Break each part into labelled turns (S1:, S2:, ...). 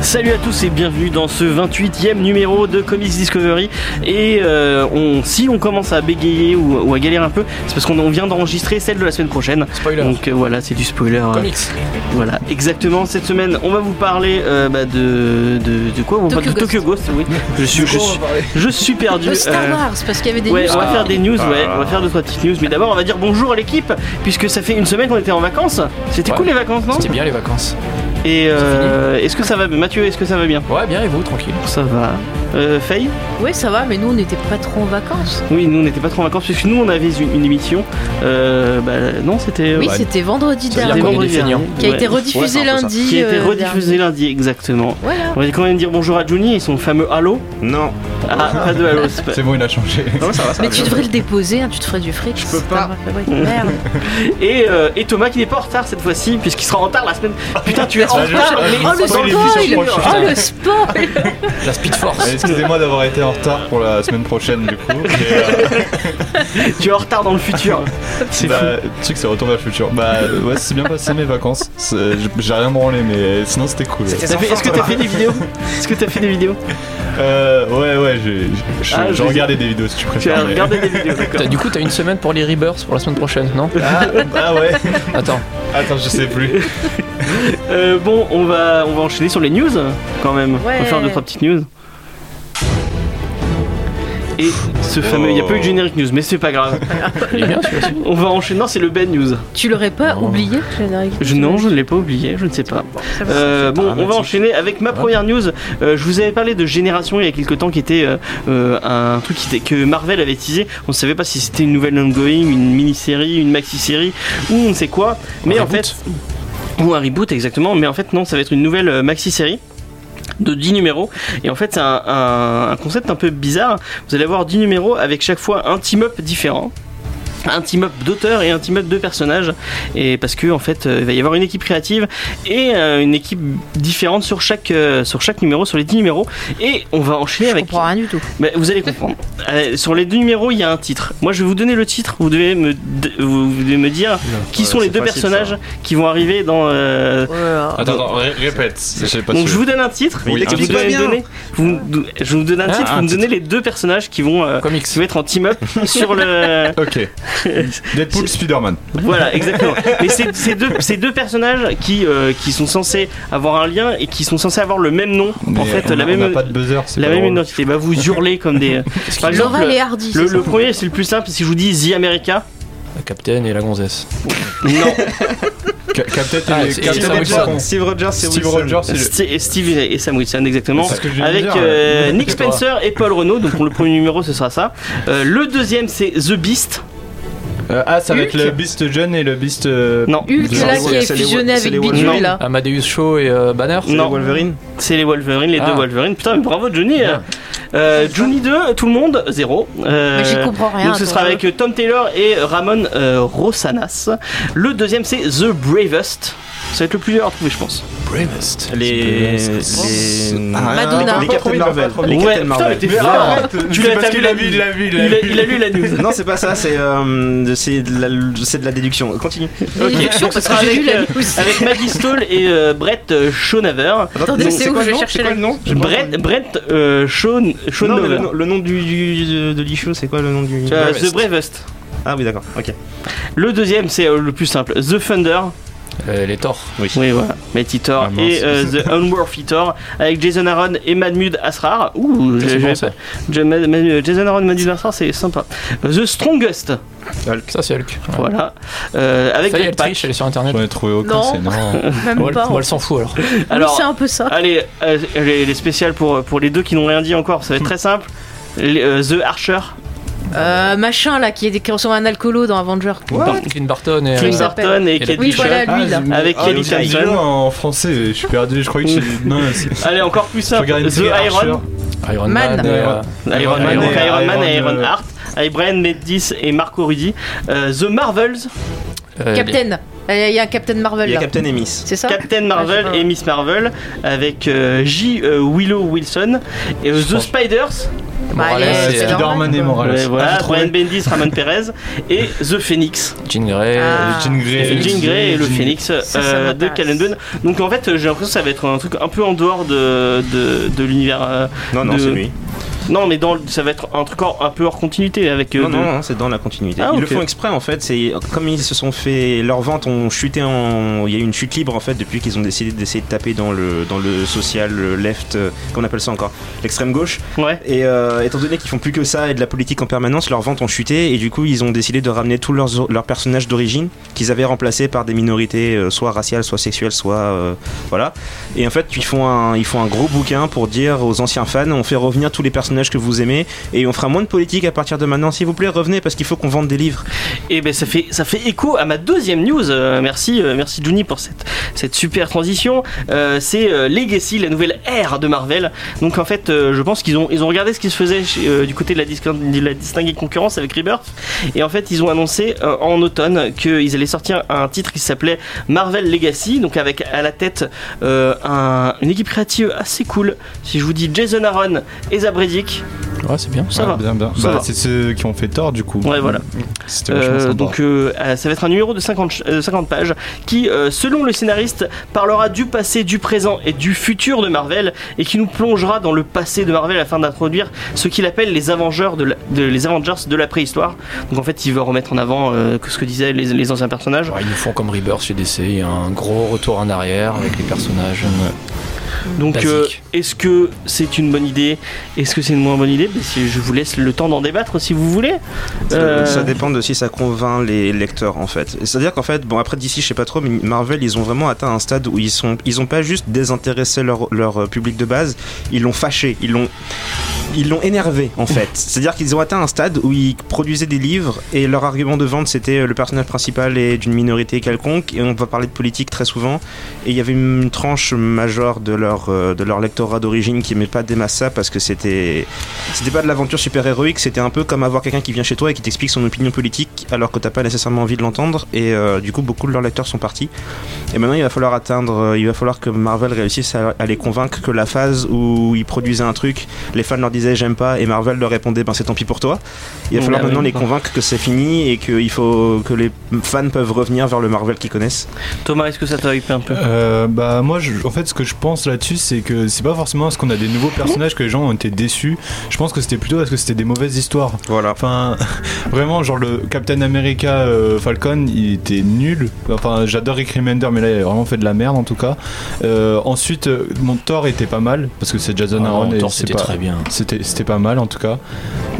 S1: Salut à tous et bienvenue dans ce 28e numéro de Comics Discovery. Et euh, on, si on commence à bégayer ou, ou à galérer un peu, c'est parce qu'on on vient d'enregistrer celle de la semaine prochaine.
S2: Spoiler.
S1: Donc euh, voilà, c'est du spoiler.
S2: Comics.
S1: Voilà, exactement. Cette semaine, on va vous parler euh, bah, de, de, de quoi on
S3: Tokyo
S1: parle de
S3: Ghost.
S1: Tokyo Ghost. Oui, je suis, je, suis, je suis perdu.
S3: De Star
S1: Euh,
S3: Wars, parce qu'il y avait des
S1: Ouais,
S3: news.
S1: on va faire des news, ouais,
S4: Ah.
S1: on va faire deux trois petites news, mais d'abord on va dire bonjour à l'équipe, puisque ça fait une semaine qu'on était en vacances. C'était
S2: Ouais.
S1: cool les vacances, non
S2: C'était bien les vacances.
S1: Et euh, est-ce que ça va, Mathieu, est-ce que ça va bien
S2: Ouais, bien et vous, tranquille.
S1: Ça va. Euh, Faye
S3: Ouais, ça va, mais nous on n'était pas trop en vacances.
S1: Oui, nous on n'était pas trop en vacances puisque nous on avait une, une émission. Euh, bah non, c'était.
S3: Oui,
S1: ouais,
S3: c'était vendredi
S2: Ça veut dire
S1: c'était
S3: dernier.
S2: qu'on est
S1: vendredi
S2: des feignants.
S1: dernier.
S3: Qui a été
S1: Ouais.
S3: rediffusé
S2: Ouais, c'est un peu ça.
S3: lundi.
S1: Qui a été
S3: euh,
S1: rediffusé lundi, exactement.
S3: dernier. Voilà.
S1: On va quand même dire bonjour à Johnny et son fameux halo.
S5: Non,
S1: Ah, pas de halo. c'est pas-
S6: C'est bon, il a changé.
S5: non ça va, ça
S3: Mais
S5: va
S3: tu
S5: bien.
S3: devrais le déposer, hein, tu te ferais du fric. Je
S5: peux pas.
S3: Merde.
S1: Et, euh, et Thomas qui n'est pas en retard cette fois-ci, puisqu'il sera en retard la semaine. Putain, tu es en
S6: Ah, je-
S1: retard, mais
S3: Oh le
S1: dans
S3: spoil
S1: futur proche.
S3: Oh le spoil
S2: La Speed Force.
S6: Mais Excusez-moi d'avoir été en retard pour la semaine prochaine du coup. Et, euh,
S1: Tu es en retard dans le futur. C'est fou.
S6: bah, le truc c'est retour vers le futur. Bah ouais, c'est bien passé mes vacances. C'est- J'ai rien branlé mais sinon c'était cool.
S5: C'était
S1: T'as fait- Est-ce que t'as fait des vidéos Est-ce que t'as fait des vidéos
S6: Euh, ouais ouais, j'ai j'ai- j'ai
S1: Ah, je-
S6: regardé des vidéos si tu
S1: Tu as
S6: préfères. mais-
S1: regardé des vidéos, d'accord.
S2: T'as- du coup, t'as une semaine pour les Rebirths pour la semaine prochaine, non
S6: Ah, ah ouais.
S2: Attends,
S6: Attends, je sais plus.
S1: Euh, bon, on va, on va enchaîner sur les news quand même. On va
S3: Ouais.
S1: faire deux trois petites news. Et ce fameux, il n'y a pas eu de générique news, mais c'est pas grave.
S2: Oh. il est bien celui-là.
S1: On va enchaîner. Non, c'est le Ben News.
S3: Tu l'aurais pas oublié générique
S1: Je, non, je ne l'ai pas oublié, je ne sais pas. Euh, bon, on va enchaîner avec ma première news. Euh, je vous avais parlé de Génération il y a quelques temps qui était euh, euh, un truc qui était- que Marvel avait teasé. On ne savait pas si c'était une nouvelle ongoing, une mini-série, une maxi-série ou on ne sait quoi. Mais en fait. Ou un reboot exactement, mais en fait non, ça va être une nouvelle euh, maxi-série de 10 numéros et en fait c'est un, un- un concept un peu bizarre vous allez avoir 10 numéros avec chaque fois un team-up différent un team-up d'auteurs et un team-up de personnages et parce que en fait euh, il va y avoir une équipe créative et euh, une équipe différente sur chaque euh, sur chaque numéro sur les 10 numéros et on va enchaîner
S3: Je
S1: avec
S3: comprends rien du tout.
S1: mais vous allez comprendre. Euh, sur les deux numéros, il y a un titre. Moi, je vais vous donner le titre. Vous devez me, de- vous vous devez me dire qui
S5: Ouais,
S1: sont les
S5: c'est
S1: deux
S5: facile,
S1: personnages qui vont arriver dans. euh,
S3: Ah,
S6: Attends, attends, ré- répète. J'ai pas
S1: Donc,
S6: su.
S1: je vous donne un titre.
S5: Mais il
S1: Vous
S5: explique
S1: devez
S5: pas
S1: me
S5: bien.
S1: donner- vous- je vous donne un
S2: Ah,
S1: titre.
S2: un
S1: vous me
S2: titre.
S1: donnez les deux personnages qui vont. euh,
S2: Comics.
S1: qui vont être en team-up sur le.
S6: Ok. Deadpool, Spider-Man.
S1: Voilà, exactement. Mais c'est c'est deux, ces deux personnages qui, euh, qui sont censés avoir un lien et qui sont censés avoir le même nom. en
S6: Mais
S1: fait,
S6: on a-
S1: la
S6: on a
S1: même,
S6: pas de buzzer. c'est
S1: la
S6: pas
S1: même
S6: drôle.
S1: identité. Bah, vous hurlez comme des. Par exemple,
S3: Laura et Hardy.
S1: le,
S3: c'est
S1: le
S3: ça
S1: premier, c'est le plus simple. Si je vous dis The America,
S2: Le Capitaine et la gonzesse.
S1: non.
S6: Ca- Captain
S2: Ah,
S6: et-
S2: c'est-
S6: Captain
S2: c'est
S6: et
S2: Sam
S6: Jack.
S2: Wilson.
S5: Steve Rogers, c'est
S6: Steve
S5: Wilson.
S6: Rogers, c'est le-
S1: Euh, Sti- Steve et et Sam Wilson, exactement.
S6: C'est ce que je viens de
S1: Avec
S6: dire,
S1: euh,
S6: ouais.
S1: Nick Spencer et Paul Renault. Donc pour le premier numéro, ce sera ça. Euh, le deuxième, c'est The Beast.
S6: Euh, ah, ça va être le Beast jeune et le Beast. euh,
S1: Non,
S3: Hulk
S6: C'est
S3: là
S6: les-
S3: qui est
S5: c'est les-
S3: fusionné
S5: c'est les
S3: avec Bidule
S1: Wolverine.
S3: là.
S2: Amadeus Shaw et euh, Banner
S5: C'est
S1: Non.
S5: le Wolverine
S1: c'est les Wolverine, les
S2: Ah.
S1: deux Wolverine. Putain, mais bravo Johnny.
S2: Bien.
S1: Euh, Johnny 2, tout le monde, 0.
S3: Mais j'y comprends rien.
S1: donc ce
S3: attends.
S1: sera avec euh, Tom Taylor et Ramon euh, Rosanas. Le deuxième c'est The Bravest. Ça va être le plus dur à trouver je pense.
S2: Bravest.
S5: Les.
S2: C'est-
S5: les-
S3: Madonna.
S5: Ah, Les Captain Marvel. Les
S1: Ouais,
S5: Captain
S1: putain, mais
S5: Marvel.
S1: t'es
S6: Mais
S1: fort.
S6: arrête,
S1: Ah, Tu
S6: c'est
S1: l'as
S6: parce
S1: tapé
S6: qu'il
S1: la
S6: a vu, il l'a vu, il
S1: Il
S6: l'a
S1: a,
S6: vu.
S1: il a lu la news.
S5: Non, c'est pas ça, c'est euh, c'est de, la- c'est de la déduction. Continue.
S3: Les déductions, parce que
S1: sera
S3: j'ai
S1: avec,
S3: vu la
S1: euh,
S3: news.
S1: Avec Maggie Stoll et euh, Brett euh, Schonaver.
S3: Attendez,
S1: Donc,
S3: c'est
S5: C'est
S3: où
S5: quoi
S3: Je
S5: le
S3: vais
S5: nom
S3: chercher
S5: C'est quoi
S3: la
S5: le nom J'ai pas
S1: Brett,
S5: entendu.
S1: Brett euh, Shaun-
S5: Non, mais
S1: Schonauer.
S5: le, nom- le nom du, du- de l'issue, c'est quoi le nom du.
S1: Euh, The Bravest.
S5: Ah oui, d'accord, ok.
S1: Le deuxième, c'est euh, le plus simple. The Thunder.
S2: Euh, les Thor.
S1: Oui, voilà. Mighty Thor
S6: Ah, mince.
S1: et euh, The Unworthy Thor. Avec Jason Aaron et Mahmoud Asrar. Ouh,
S2: Ça,
S1: j'ai-
S2: c'est bon,
S1: j'ai-
S2: ça.
S1: Je- Ma- Ma- Jason Aaron, Manu Asrar, c'est sympa. The Strongest,
S2: Ça, c'est Hulk. Ouais.
S1: voilà. Euh, avec
S2: Ça y est,
S1: Greg
S2: elle triche, elle est sur internet.
S6: J'en ai trouvé aucun,
S3: Non.
S6: c'est énorme.
S3: Même
S2: Moi,
S3: pas. hein.
S2: elle- moi, elle s'en fout alors.
S1: Pack.
S3: Alors,
S1: Alors,
S3: c'est un peu ça.
S1: allez, euh, les, les spéciales pour, pour les deux qui n'ont rien dit encore, ça va être très simple. Les, euh, The Archer,
S3: Euh, machin là qui est qui ressemble à un alcoolo dans Avenger.
S1: What
S2: Clint Barton et.
S1: Clint
S2: euh,
S1: Barton et
S2: et la-
S1: Kate
S3: Oui,
S1: Bishop.
S3: voilà lui là.
S1: Avec
S6: Ah,
S1: Kelly
S6: vous avez dit
S1: Thompson.
S6: non en français, je suis perdu, je croyais que c'est. Non, c'est.
S1: Allez, encore plus
S6: je
S1: simple.
S6: regarde une
S1: The
S6: série Archer.
S1: Iron,
S2: Iron
S3: Man.
S2: Man. et, euh,
S1: Iron, Man,
S6: Iron
S1: donc Iron Man
S6: Man,
S1: et
S6: euh,
S1: Iron Heart. Avec Brian Mendes et Marco Rudy. Euh, The Marvels,
S2: euh,
S3: Captain. Euh, Il y a un Captain Marvel
S5: Il y a
S3: là.
S5: Captain et Miss.
S3: C'est ça
S1: Captain
S3: Ouais,
S1: Marvel
S3: Ah, je sais pas.
S1: et Miss Marvel avec euh, J. euh, Willow Wilson et euh,
S2: Je
S1: The
S2: pense-
S1: Spiders,
S2: les-
S3: Bah,
S2: Morales, euh,
S3: allez,
S2: c'est-
S3: c'est normal.
S6: Euh, Spider-Man et Morales.
S1: ouais, voilà,
S6: Ah, j'ai trouvé.
S1: Brian Bendis, Ramon Perez et The Phoenix.
S2: Jean Grey.
S3: Ah.
S6: Jean Grey.
S1: Et Jean Grey et le Phoenix euh,
S3: Ça, ça
S1: de
S3: m'intéresse.
S1: Calendon. Donc en fait, euh, j'ai l'impression que ça va être un truc un peu en dehors de, de, de l'univers. euh,
S5: Non, non,
S1: de-
S5: c'est lui.
S1: Non, mais dans, le- ça va être un truc en- un peu hors continuité avec. euh,
S5: Non,
S1: de-
S5: non, non, c'est dans la continuité.
S1: Ah,
S5: ils le
S1: ok.
S5: font exprès en fait. C'est comme ils se sont fait leurs ventes ont chuté en. Il y a eu une chute libre en fait depuis qu'ils ont décidé d'essayer de taper dans le dans le social le left. euh, Qu'on appelle ça encore L'extrême gauche.
S1: Ouais.
S5: Et euh, étant donné qu'ils font plus que ça et de la politique en permanence, leurs ventes ont chuté et du coup ils ont décidé de ramener tous leurs leurs personnages d'origine qu'ils avaient remplacés par des minorités euh, soit raciales, soit sexuelles, soit euh, voilà. Et en fait ils font un ils font un gros bouquin pour dire aux anciens fans on fait revenir tous les personnages que vous aimez et on fera moins de politique à partir de maintenant. S'il vous plaît, revenez parce qu'il faut qu'on vende des livres.
S1: Et ben ça fait ça fait écho à ma deuxième news. Euh, merci euh, merci Juni pour cette cette super transition. Euh, c'est euh, Legacy, la nouvelle ère de Marvel. Donc en fait, euh, je pense qu'ils ont ils ont regardé ce qui se faisait chez- euh, du côté de la, dis- de la distinguée concurrence avec Rebirth. Et en fait, ils ont annoncé euh, en automne qu'ils allaient sortir un titre qui s'appelait Marvel Legacy. Donc avec à la tête euh, un- une équipe créative assez cool. Si je vous dis Jason Aaron et Zabredick,
S2: Ouais, c'est bien.
S1: ça va.
S6: Bien, bien.
S1: Ça
S6: Bah,
S1: va.
S6: c'est ceux qui ont fait tort du coup.
S1: Ouais, voilà.
S6: C'était vachement
S1: Euh,
S6: sympa.
S1: donc euh, euh, ça va être un numéro de 50, ch- euh, 50 pages qui, euh, selon le scénariste, parlera du passé, du présent et du futur de Marvel et qui nous plongera dans le passé de Marvel afin d'introduire ce qu'il appelle les Avengers de, la- de- les Avengers de la préhistoire. Donc en fait, il va remettre en avant euh, que ce que disaient les, les anciens personnages.
S2: Ouais, ils nous font comme Rebirth chez DC, il y a un gros retour en arrière avec les personnages.
S6: Ah,
S1: Donc
S2: Basique.
S1: euh, est-ce que c'est une bonne idée Est-ce que c'est une moins bonne idée Ben, si- Je vous laisse le temps d'en débattre si vous voulez. Euh,
S5: Ça dépend de si ça convainc les lecteurs en fait. C'est-à-dire qu'en fait, bon après d'ici je sais pas trop, mais Marvel ils ont vraiment atteint un stade où ils sont, ils ont pas juste désintéressé leur, leur euh, public de base, ils l'ont fâché, ils l'ont, ils l'ont énervé en fait. C'est-à-dire qu'ils ont atteint un stade où ils produisaient des livres et leur argument de vente c'était euh, le personnage principal est d'une minorité quelconque et on va parler de politique très souvent. Et il y avait une tranche majeure de leur euh, de leur lectorat d'origine qui aimait pas des masses ça parce que c'était c'était pas de l'aventure super héroïque, c'était un peu comme avoir quelqu'un qui vient chez toi et qui t'explique son opinion politique alors que t'as pas nécessairement envie de l'entendre et euh, du coup beaucoup de leurs lecteurs sont partis. Et maintenant il va falloir atteindre, euh, il va falloir que Marvel réussisse à, à les convaincre que la phase où ils produisaient un truc, les fans leur disaient j'aime pas et Marvel leur répondait ben c'est tant pis pour toi. Il va
S1: Ouais,
S5: falloir maintenant
S1: ouais,
S5: les
S1: ouais.
S5: convaincre que c'est fini et que il faut que les fans peuvent revenir vers le Marvel qu'ils connaissent.
S1: Thomas, est-ce que ça t'a hypé un peu
S6: Euh, bah moi je- en fait ce que je pense là-dessus c'est que c'est pas forcément parce qu'on a des nouveaux personnages que les gens ont été déçus je pense que c'était plutôt parce que c'était des mauvaises histoires
S5: Voilà.
S6: enfin vraiment genre le Captain America euh, Falcon il était nul enfin j'adore Rick Remender mais là il a vraiment fait de la merde en tout cas Euh, ensuite euh, mon Thor était pas mal parce que c'est Jason
S2: Ah,
S6: Aaron
S2: en
S6: et
S2: temps,
S6: c'est
S2: c'était
S6: pas-
S2: très bien.
S6: c'était c'était pas mal en tout cas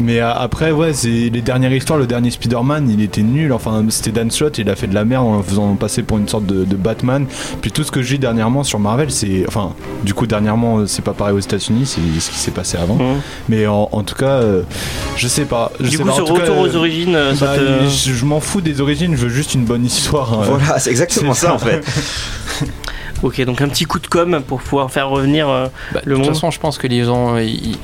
S6: mais euh, après ouais c'est les dernières histoires le dernier Spider-Man il était nul enfin c'était Dan Slott il a fait de la merde en le faisant passer pour une sorte de, de Batman puis tout ce que j'ai dernièrement sur Marvel c'est enfin du coup dernièrement euh, c'est pas pareil aux États-Unis c'est ce qui s'est passé avant
S1: Mmh.
S6: mais en, en tout cas euh, je sais pas je
S1: Du
S6: sais
S1: coup,
S6: pas. En
S1: ce
S6: tout cas,
S1: retour
S6: euh,
S1: aux origines, euh, ça
S6: bah,
S1: te-
S6: je, je m'en fous des origines je veux juste une bonne histoire hein.
S5: Voilà, c'est exactement
S6: C'est
S5: ça
S6: ça.
S5: en fait.
S1: Ok, donc un petit coup de com pour pouvoir faire revenir. euh,
S2: Bah,
S1: Le
S2: de toute
S1: monde.
S2: façon, je pense qu'ils ont, ils,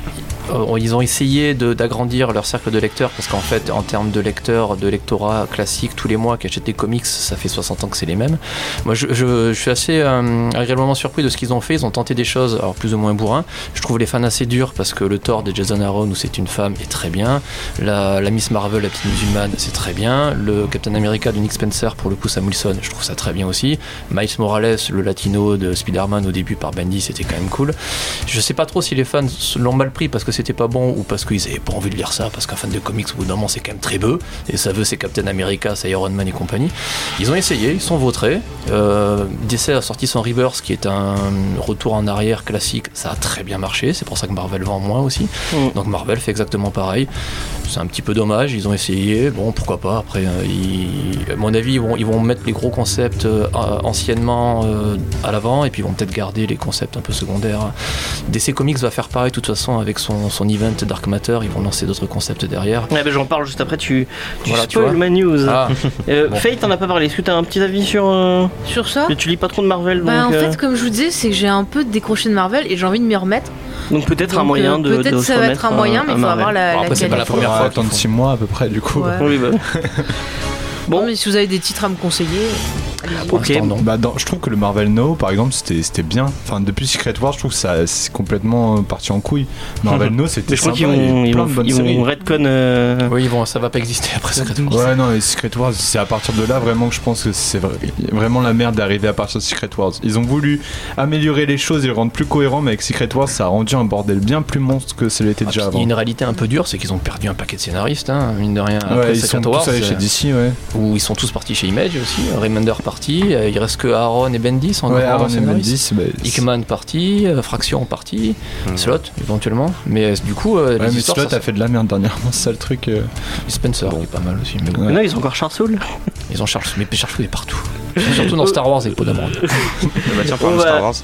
S2: euh, ils ont essayé de- d'agrandir leur cercle de lecteurs parce qu'en fait, en termes de lecteurs, de lectorat classique, tous les mois qui achètent des comics, ça fait 60 ans que c'est les mêmes. Moi, je, je- je suis assez euh, agréablement surpris de ce qu'ils ont fait. Ils ont tenté des choses, alors plus ou moins bourrin. Je trouve les fans assez durs parce que le Thor de Jason Aaron, où c'est une femme, est très bien. La, la Miss Marvel, la petite musulmane, c'est très bien. Le Captain America de Nick Spencer, pour le coup, Sam Wilson, je trouve ça très bien aussi. Miles Morales, le latino de Spider-Man au début par Bendy, c'était quand même cool. Je sais pas trop si les fans se- l'ont mal pris parce que c'était pas bon ou parce qu'ils avaient pas envie de lire ça, parce qu'un fan de comics au bout d'un moment c'est quand même très peu, et ça veut c'est Captain America, c'est Iron Man et compagnie. Ils ont essayé, ils sont vautrés. Euh, DC a sorti son Rebirth qui est un retour en arrière classique, ça a très bien marché, c'est pour ça que Marvel vend moins aussi.
S1: Mm.
S2: Donc Marvel fait exactement pareil. C'est un petit peu dommage, ils ont essayé, bon pourquoi pas, après, euh, ils- à mon avis ils vont, ils vont mettre les gros concepts euh, anciennement euh, à l'avant et puis ils vont peut-être garder les concepts un peu secondaires DC Comics va faire pareil de toute façon avec son, son event Dark Matter, ils vont lancer d'autres concepts derrière.
S1: Ouais, bah, j'en parle juste après, tu, tu
S2: Voilà, tu
S1: spoil
S2: vois.
S1: ma news.
S2: Ah,
S1: Euh,
S2: bon.
S1: Faye, t'en as pas parlé, est-ce que t'as un petit avis sur. euh,
S3: Sur ça
S1: que Tu lis pas trop de Marvel, donc,
S3: Ah. Bah, en
S1: euh,
S3: fait, comme je vous disais, c'est que j'ai un peu décroché de Marvel et j'ai envie de m'y remettre.
S1: donc peut-être
S3: Donc,
S1: un moyen
S3: euh,
S1: de.
S3: Peut-être
S1: de
S3: ça
S1: se
S3: va
S1: remettre euh,
S3: être un moyen,
S1: à-
S3: mais
S1: à
S3: il faut
S1: Marvel.
S3: avoir la.
S2: Bon, après, c'est pas la
S3: qualité.
S6: Faudra
S2: première fois
S6: attendre
S2: qu'ils font.
S6: 6 mois à peu près du coup
S3: Ouais.
S1: Oui, bah, Bon.
S3: Non, mais si vous avez des titres à me conseiller. allez-y.
S2: Pour
S1: Ok.
S2: l'instant, non.
S6: Bah, dans- je trouve que le Marvel No, par exemple, c'était c'était bien. Enfin, depuis Secret War, je trouve que ça c'est complètement euh, parti en couille. Marvel No, c'était
S1: Mais je crois
S6: sympa.
S1: qu'ils
S6: il y a
S1: vont,
S6: eu
S1: ils
S6: plein
S1: vont,
S6: de bonnes
S1: ils
S6: séries.
S1: vont redcon. euh,
S2: Oui, bon, ça va pas exister après Secret Wars.
S6: Ouais, non, et Secret Wars, c'est à partir de là vraiment que je pense que c'est vrai- vraiment la merde d'arriver à partir de Secret Wars. Ils ont voulu améliorer les choses et le rendre plus cohérent, mais avec Secret Wars, ça a rendu un bordel bien plus monstre que ce
S2: Ah, puis,
S6: l'était déjà
S2: Il y
S6: avant.
S2: a une réalité un peu dure, c'est qu'ils ont perdu un paquet de scénaristes, hein, mine de rien. Après
S6: ouais, ils
S2: Secret
S6: sont
S2: Wars,
S6: tous allés chez
S2: euh,
S6: DC, ouais.
S2: où ils sont tous partis chez Image aussi. Remender parti, euh, il reste que Aaron et Bendis en
S6: Ouais,
S2: grand
S6: Aaron et
S2: scénariste.
S6: Bendis, bah, c'est-
S2: Hickman parti, euh, Fraction parti,
S5: Hmm.
S2: Slot éventuellement. Mais euh, du coup, euh,
S6: Ouais,
S2: les
S6: mais
S2: histoires,
S6: Slot
S2: ça-
S6: a fait de la merde dernièrement, c'est ça le truc. euh.
S2: Spencer qui est pas mal aussi. Mais bon,
S6: Ouais.
S1: Non, ils ont encore Charles Soule.
S2: ils en cherchent, mais Charles Soule est partout. Surtout
S6: Euh,
S2: dans Star Wars et Poe d'Amande.
S1: On
S5: Bah, tiens, parlons de
S1: va-
S5: Star Wars.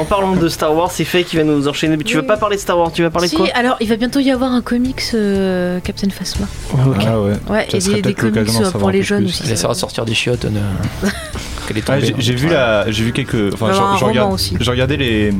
S1: En parlant de Star Wars, c'est Faye qui va nous enchaîner. Mais tu
S3: Oui.
S1: vas pas parler de Star Wars, tu vas parler
S3: Si,
S1: de quoi
S3: alors il va bientôt y avoir un comics euh, Captain Phasma.
S6: Ah ouais.
S3: Ouais,
S6: Ça
S3: et
S6: serait
S3: des, des
S6: peut-être l'occasion
S3: comics
S6: d'en
S3: euh,
S6: savoir
S3: pour
S6: un
S3: les
S6: peu
S3: jeunes
S6: plus.
S3: aussi.
S2: Elle essaiera de sortir des chiottes. euh,
S1: Ah,
S2: Qu'elle est
S6: Ouais,
S2: tombée.
S6: Ah, j'ai-
S2: hein.
S6: j'ai vu la, j'ai vu quelques. Enfin,
S3: Il va y avoir
S6: j'en-
S3: un
S6: j'en
S3: roman
S6: regarde-
S3: aussi.
S6: j'ai regardé les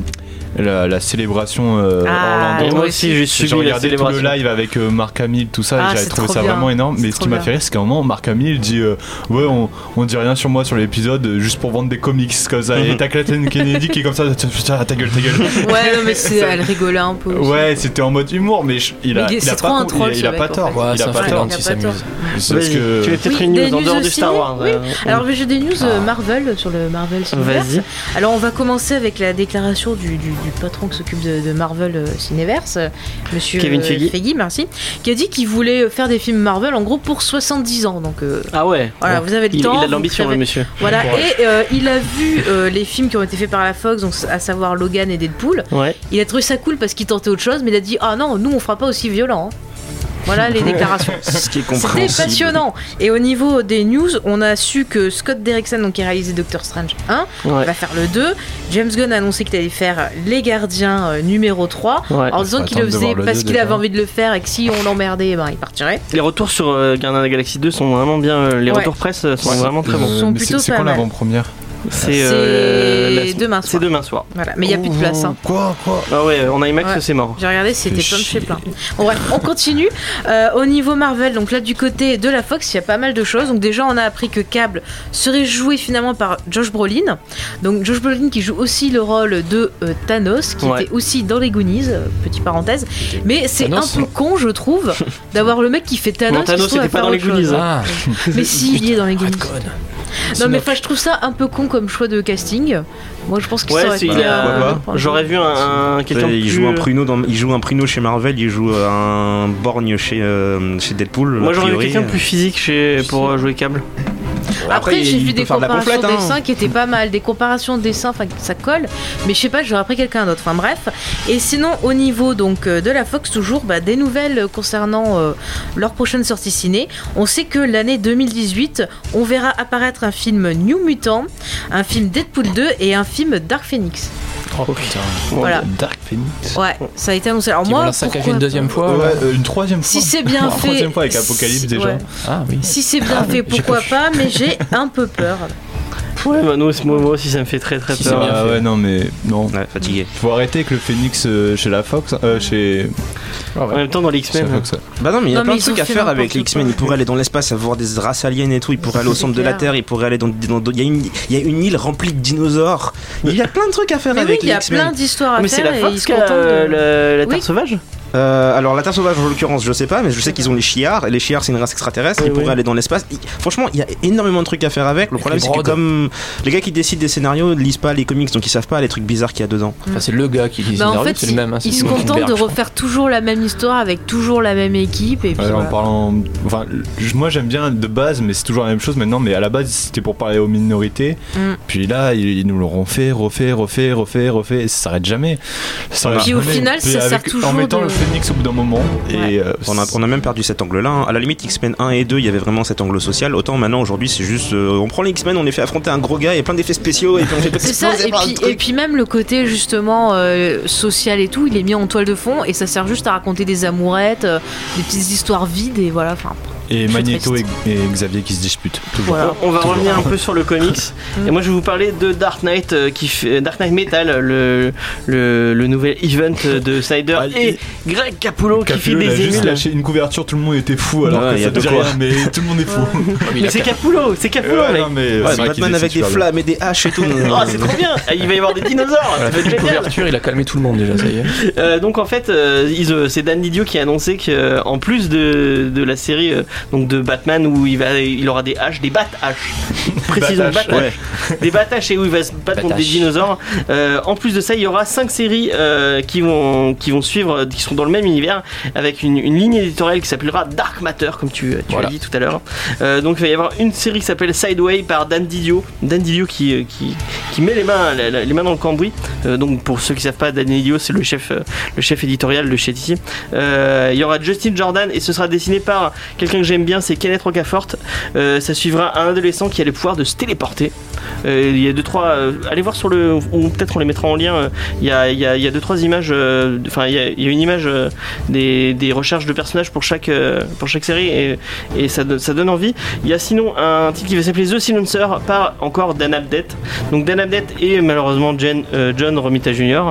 S6: la, la célébration euh,
S3: Ah,
S6: Orlando.
S1: Et
S3: ouais,
S1: moi
S3: moi
S1: aussi, j'ai subi
S6: J'ai
S1: la
S6: regardé tout le
S1: célébration.
S6: live avec euh, Marc Hamill, tout ça,
S3: Ah,
S6: et j'avais
S3: c'est
S6: trouvé
S3: trop
S6: ça
S3: bien.
S6: vraiment énorme. Mais
S3: C'est
S6: ce
S3: trop
S6: qui m'a
S3: bien.
S6: fait rire, c'est qu'à un moment, Marc Hamill dit euh, Ouais, on, on dit rien sur moi sur l'épisode, euh, juste pour vendre des comics, comme ça. Et t'as Clayton Kennedy qui est comme ça, putain, ta gueule, ta gueule.
S3: Ouais, non, mais c'est, elle rigolait un peu. aussi.
S6: Ouais, c'était en mode humour, mais je- il a,
S3: Mais il est-
S6: il a
S3: c'est trop
S6: pas,
S3: un
S6: con-
S3: troll,
S6: il a-
S3: ce
S6: il a
S3: mec,
S6: pas
S3: en
S6: tort.
S3: fait.
S2: Ouais,
S6: il
S2: c'est
S6: a
S2: un
S6: pas
S3: freelance.
S6: tort.
S2: freelance,
S3: il a
S2: il
S3: pas tort.
S2: s'amuse.
S6: C'est
S1: Vas-y,
S6: parce que-
S1: tu fais tes
S3: Oui,
S1: free news
S3: des
S1: en dehors
S3: news
S1: de Star
S3: aussi,
S1: Wars.
S3: oui.
S1: euh,
S3: Alors je- j'ai des news euh, Marvel sur le Marvel Cineverse.
S1: Vas-y.
S3: Alors on va commencer avec la déclaration du, du- du patron qui s'occupe de, de Marvel euh, Cineverse, euh, Monsieur
S1: Kevin
S3: euh,
S1: Feige.
S3: merci, qui a dit qu'il voulait euh, faire des films Marvel en gros pour 70 ans. Donc euh,
S1: Ah ouais.
S3: voilà, vous avez le
S1: Il, il
S3: temps.
S1: a
S3: vous
S1: de l'ambition,
S3: savez-
S1: le monsieur.
S3: Voilà, et euh, il a vu euh, les films qui ont été faits par la Fox, donc à savoir Logan et Deadpool.
S1: Ouais.
S3: Il a trouvé ça cool parce qu'il tentait autre chose, mais il a dit ah non, nous on fera pas aussi violent. hein. Voilà les déclarations.
S5: Ce qui est
S3: C'était
S5: compréhensible.
S3: passionnant. Et au niveau des news, on a su que Scott Derrickson, donc qui a réalisé Doctor Strange 1,
S1: Ouais.
S3: va faire le 2. James Gunn a annoncé qu'il allait faire Les Gardiens euh, numéro 3.
S1: Ouais.
S3: En disant
S6: faut
S3: qu'il le
S6: attendre de
S3: faisait
S6: voir le
S3: parce
S6: deux,
S3: qu'il avait
S6: déjà.
S3: envie de le faire et que si on l'emmerdait, eh ben, il partirait.
S1: Les retours sur euh, Gardiens de la Galaxie 2 sont vraiment bien. euh, les
S3: Ouais.
S1: retours presse euh, sont
S6: Ouais.
S1: vraiment très
S6: Euh,
S1: bons.
S3: Ils sont
S6: mais
S3: plutôt
S6: c'est- C'est
S3: pas
S6: quand
S3: mal.
S6: l'avant-première
S1: C'est euh,
S6: euh,
S3: c'est
S1: la-
S3: demain
S1: C'est
S3: soir.
S1: demain soir.
S3: Voilà. Mais il n'y a plus de place. hein.
S6: Quoi, quoi
S1: Ah ouais, en IMAX,
S3: Ouais.
S1: c'est mort.
S3: J'ai regardé, c'était plein de chez
S6: chier.
S3: plein. Bon, bref, on continue. Euh, au niveau Marvel, donc là du côté de la Fox, il y a pas mal de choses. Donc déjà, on a appris que Cable serait joué finalement par Josh Brolin. Donc Josh Brolin qui joue aussi le rôle de euh, Thanos, qui
S1: Ouais.
S3: était aussi dans les Goonies, euh, petite parenthèse. Mais c'est un
S2: Thanos
S3: peu con, je trouve, d'avoir le mec qui fait Thanos.
S1: hein. Non, Thanos,
S3: qui se trouve à
S1: c'était pas
S3: faire
S1: dans les
S3: autre chose.
S1: Goonies, hein.
S2: Ah,
S3: Mais si, il est dans les Goonies.
S2: Redcon.
S3: Non, mais
S2: Synopsis.
S3: enfin, je trouve ça un peu con comme choix de casting. Moi, je pense qu'il
S1: Ouais,
S3: ça aurait
S1: c'est-
S3: été,
S1: il a-
S3: euh,
S1: J'aurais vu un, un- quelqu'un de
S5: il
S1: plus,
S5: joue un
S1: euh,
S5: pruneau dans- il joue un pruneau chez Marvel, il joue euh, un borgne chez euh, chez Deadpool.
S1: Moi
S5: a
S1: j'aurais vu
S5: priori.
S1: quelqu'un de euh. plus physique chez... pour euh, jouer câble.
S3: Après,
S5: il-
S3: j'ai
S5: il
S3: vu
S5: peut
S3: des
S5: faire de la
S3: comparations de
S5: complète, hein.
S3: dessins qui étaient pas mal, des comparations de dessins, enfin ça colle, mais je sais pas, j'aurais pris quelqu'un d'autre. Enfin bref. Et sinon, au niveau donc euh, de la Fox, toujours bah, des nouvelles concernant euh, leur prochaine sortie ciné. On sait que l'année 2018, on verra apparaître un film New Mutant, un film Deadpool 2 et un film Dark Phoenix.
S2: Oh putain.
S3: Voilà.
S6: Dark Phoenix
S3: Ouais, ça a été annoncé. Alors
S2: Qui vont
S3: moi,
S2: la saccager
S3: pourquoi
S2: une deuxième
S3: pas
S2: fois.
S6: Ouais,
S2: là.
S6: euh, une troisième fois.
S3: Si c'est bien
S6: La
S3: fait.
S6: troisième fois avec Apocalypse,
S3: si-
S6: déjà.
S3: ouais.
S2: Ah oui.
S3: Si c'est bien fait,
S2: j'ai
S3: pourquoi
S2: pas vu.
S3: pas, mais j'ai un peu peur.
S1: Ouais, bah, nous, moi, moi aussi ça me fait très très
S2: Si
S1: peur.
S2: c'est bien
S6: Ah
S2: fait.
S6: ouais, non, mais non.
S5: Ouais, fatigué.
S6: Faut arrêter avec le Phoenix euh, chez la Fox, euh, chez,
S1: En même temps dans les
S6: chez la
S1: X-Men.
S6: Fox,
S3: hein.
S6: ouais.
S5: Bah non, mais il y a
S3: Non,
S5: plein
S3: mais
S5: de
S3: ils
S5: trucs
S3: ont
S5: à
S3: fait
S5: faire
S3: n'importe
S5: avec les X-Men.
S3: quoi.
S5: Ils pourraient aller dans l'espace, avoir des races aliens et tout. Ils pourraient aller au
S3: C'est
S5: centre de la
S3: clair.
S5: Terre. Ils pourraient aller dans. dans- dans- Il y, a une- il y a une île remplie de dinosaures. Il y a plein de trucs à faire
S3: Mais oui,
S5: avec
S3: il y
S5: les
S3: a
S5: X-Men.
S3: plein d'histoires à
S1: Ah, Mais c'est
S3: faire
S1: la
S3: et ils
S1: Fox
S3: se
S1: qui a
S3: contentent
S1: euh,
S3: de... Bah,
S1: le- la
S3: Oui.
S1: Terre Sauvage
S5: Euh, alors la Terre sauvage en l'occurrence, je sais pas, mais je sais qu'ils ont les chiards. Et les chiards, c'est une race extraterrestre.
S1: Oui,
S5: ils
S1: oui.
S5: pourraient aller dans l'espace. Ils- Franchement, il y a énormément de trucs à faire avec. Le
S2: Avec
S5: problème,
S2: les
S5: c'est que
S2: brodes.
S5: comme les gars qui décident des scénarios ne lisent pas les comics, donc ils savent pas les trucs bizarres qu'il y a dedans.
S2: Enfin, c'est le gars qui dit
S3: Bah, en
S2: scénario,
S3: fait,
S2: c'est le même. hein, c'est
S3: ils se
S2: Steven
S3: contentent de
S2: Spielberg, je crois.
S3: refaire toujours la même histoire avec toujours la même équipe et puis
S6: Ouais, en
S3: voilà.
S6: parlant. Enfin, je- moi j'aime bien de base, mais c'est toujours la même chose maintenant. Mais à la base, c'était pour parler aux minorités.
S3: Mm.
S6: Puis là, ils, ils nous l'auront fait, refait, refait, refait, refait. Et ça s'arrête jamais. Ça s'arrête
S3: Puis au
S6: jamais.
S3: final,
S6: Puis
S3: ça sert
S6: En
S3: toujours
S6: mettant
S3: de-
S6: le phénix au bout d'un moment.
S3: Ouais.
S6: Et euh,
S5: On a, on a même perdu cet angle-là. hein. À la limite, X-Men 1 et 2, il y avait vraiment cet angle social. Autant maintenant, aujourd'hui, c'est juste. euh, on prend les X-Men, on les fait affronter un gros gars, il y a plein d'effets spéciaux, et puis on fait
S3: C'est ça,
S5: exploser
S3: et
S5: plein de
S3: puis,
S5: trucs.
S3: et puis même le côté justement euh, social et tout, il est mis en toile de fond et ça sert juste à raconter des amourettes, euh, des petites histoires vides et voilà. Enfin,
S6: Et
S3: suis
S6: Magneto et,
S3: triste.
S6: et Xavier qui se disputent. Toujours.
S3: Voilà.
S1: On va revenir un peu sur le comics. Et moi, je vais vous parler de Dark Knight, euh, qui fait, Dark Knight Metal, le, le, le nouvel event de Snyder
S6: Ah,
S1: et Greg Capullo qui fait
S6: Capullo, il a
S1: des
S6: juste
S1: émules.
S6: lâché une couverture, tout le monde était fou alors
S5: Ouais,
S6: que
S5: il y
S6: ça
S5: a de
S6: ne dit
S5: quoi.
S6: rien, mais tout le monde est fou.
S2: mais il
S1: Mais
S2: a
S1: c'est
S2: cap-
S1: Capullo, c'est Capullo,
S6: Ouais,
S1: mec.
S6: non, mais
S5: Ouais,
S6: c'est vrai qu'il
S5: Batman
S6: était
S5: avec des
S6: super
S5: flammes et des haches et tout.
S1: Ah, c'est trop bien! Il va y avoir des dinosaures! Ça va être
S2: Une
S1: génial.
S2: couverture, il a calmé tout le monde déjà, ça y est.
S1: Euh, donc en fait, euh, ils, euh, c'est Dan Didio qui a annoncé que euh, en plus de, de la série euh, donc de Batman où il va, il aura des haches, des bat haches, précisons bat
S2: Bat-haches,
S1: des bat haches et où il va se battre contre des
S2: Bat-haches.
S1: dinosaures. Euh, en plus de ça, il y aura cinq séries euh, qui vont qui vont suivre, euh, qui sont dans le même univers avec une, une ligne éditoriale qui s'appellera Dark Matter, comme tu, euh, tu
S2: Voilà.
S1: l'as dit tout à l'heure. Euh, donc il va y avoir une série qui s'appelle Sideway par Dan Didio, Dan Didio qui euh, qui, qui met les mains la- la- les mains dans le cambouis. Euh, donc pour ceux qui savent pas, Dan Didio c'est le chef euh, le chef éditorial de chez DC. Euh, il y aura Justin Jordan et ce sera dessiné par quelqu'un que j'aime bien, c'est Kenneth Rocafort. Euh, ça suivra un adolescent qui a le pouvoir de se téléporter. Euh, il y a deux trois, euh, allez voir sur le, ou peut-être on les mettra en lien. euh, Il y a il y a, il y a deux trois images, euh, enfin il y a, il y a une image euh, des, des recherches de personnages pour chaque euh, pour chaque série et, et ça donne- ça donne envie. Il y a sinon un titre qui va s'appeler The Silencer par encore Dan Abdett. Donc Dan Abdett et malheureusement Jen- euh, John Romita Jr.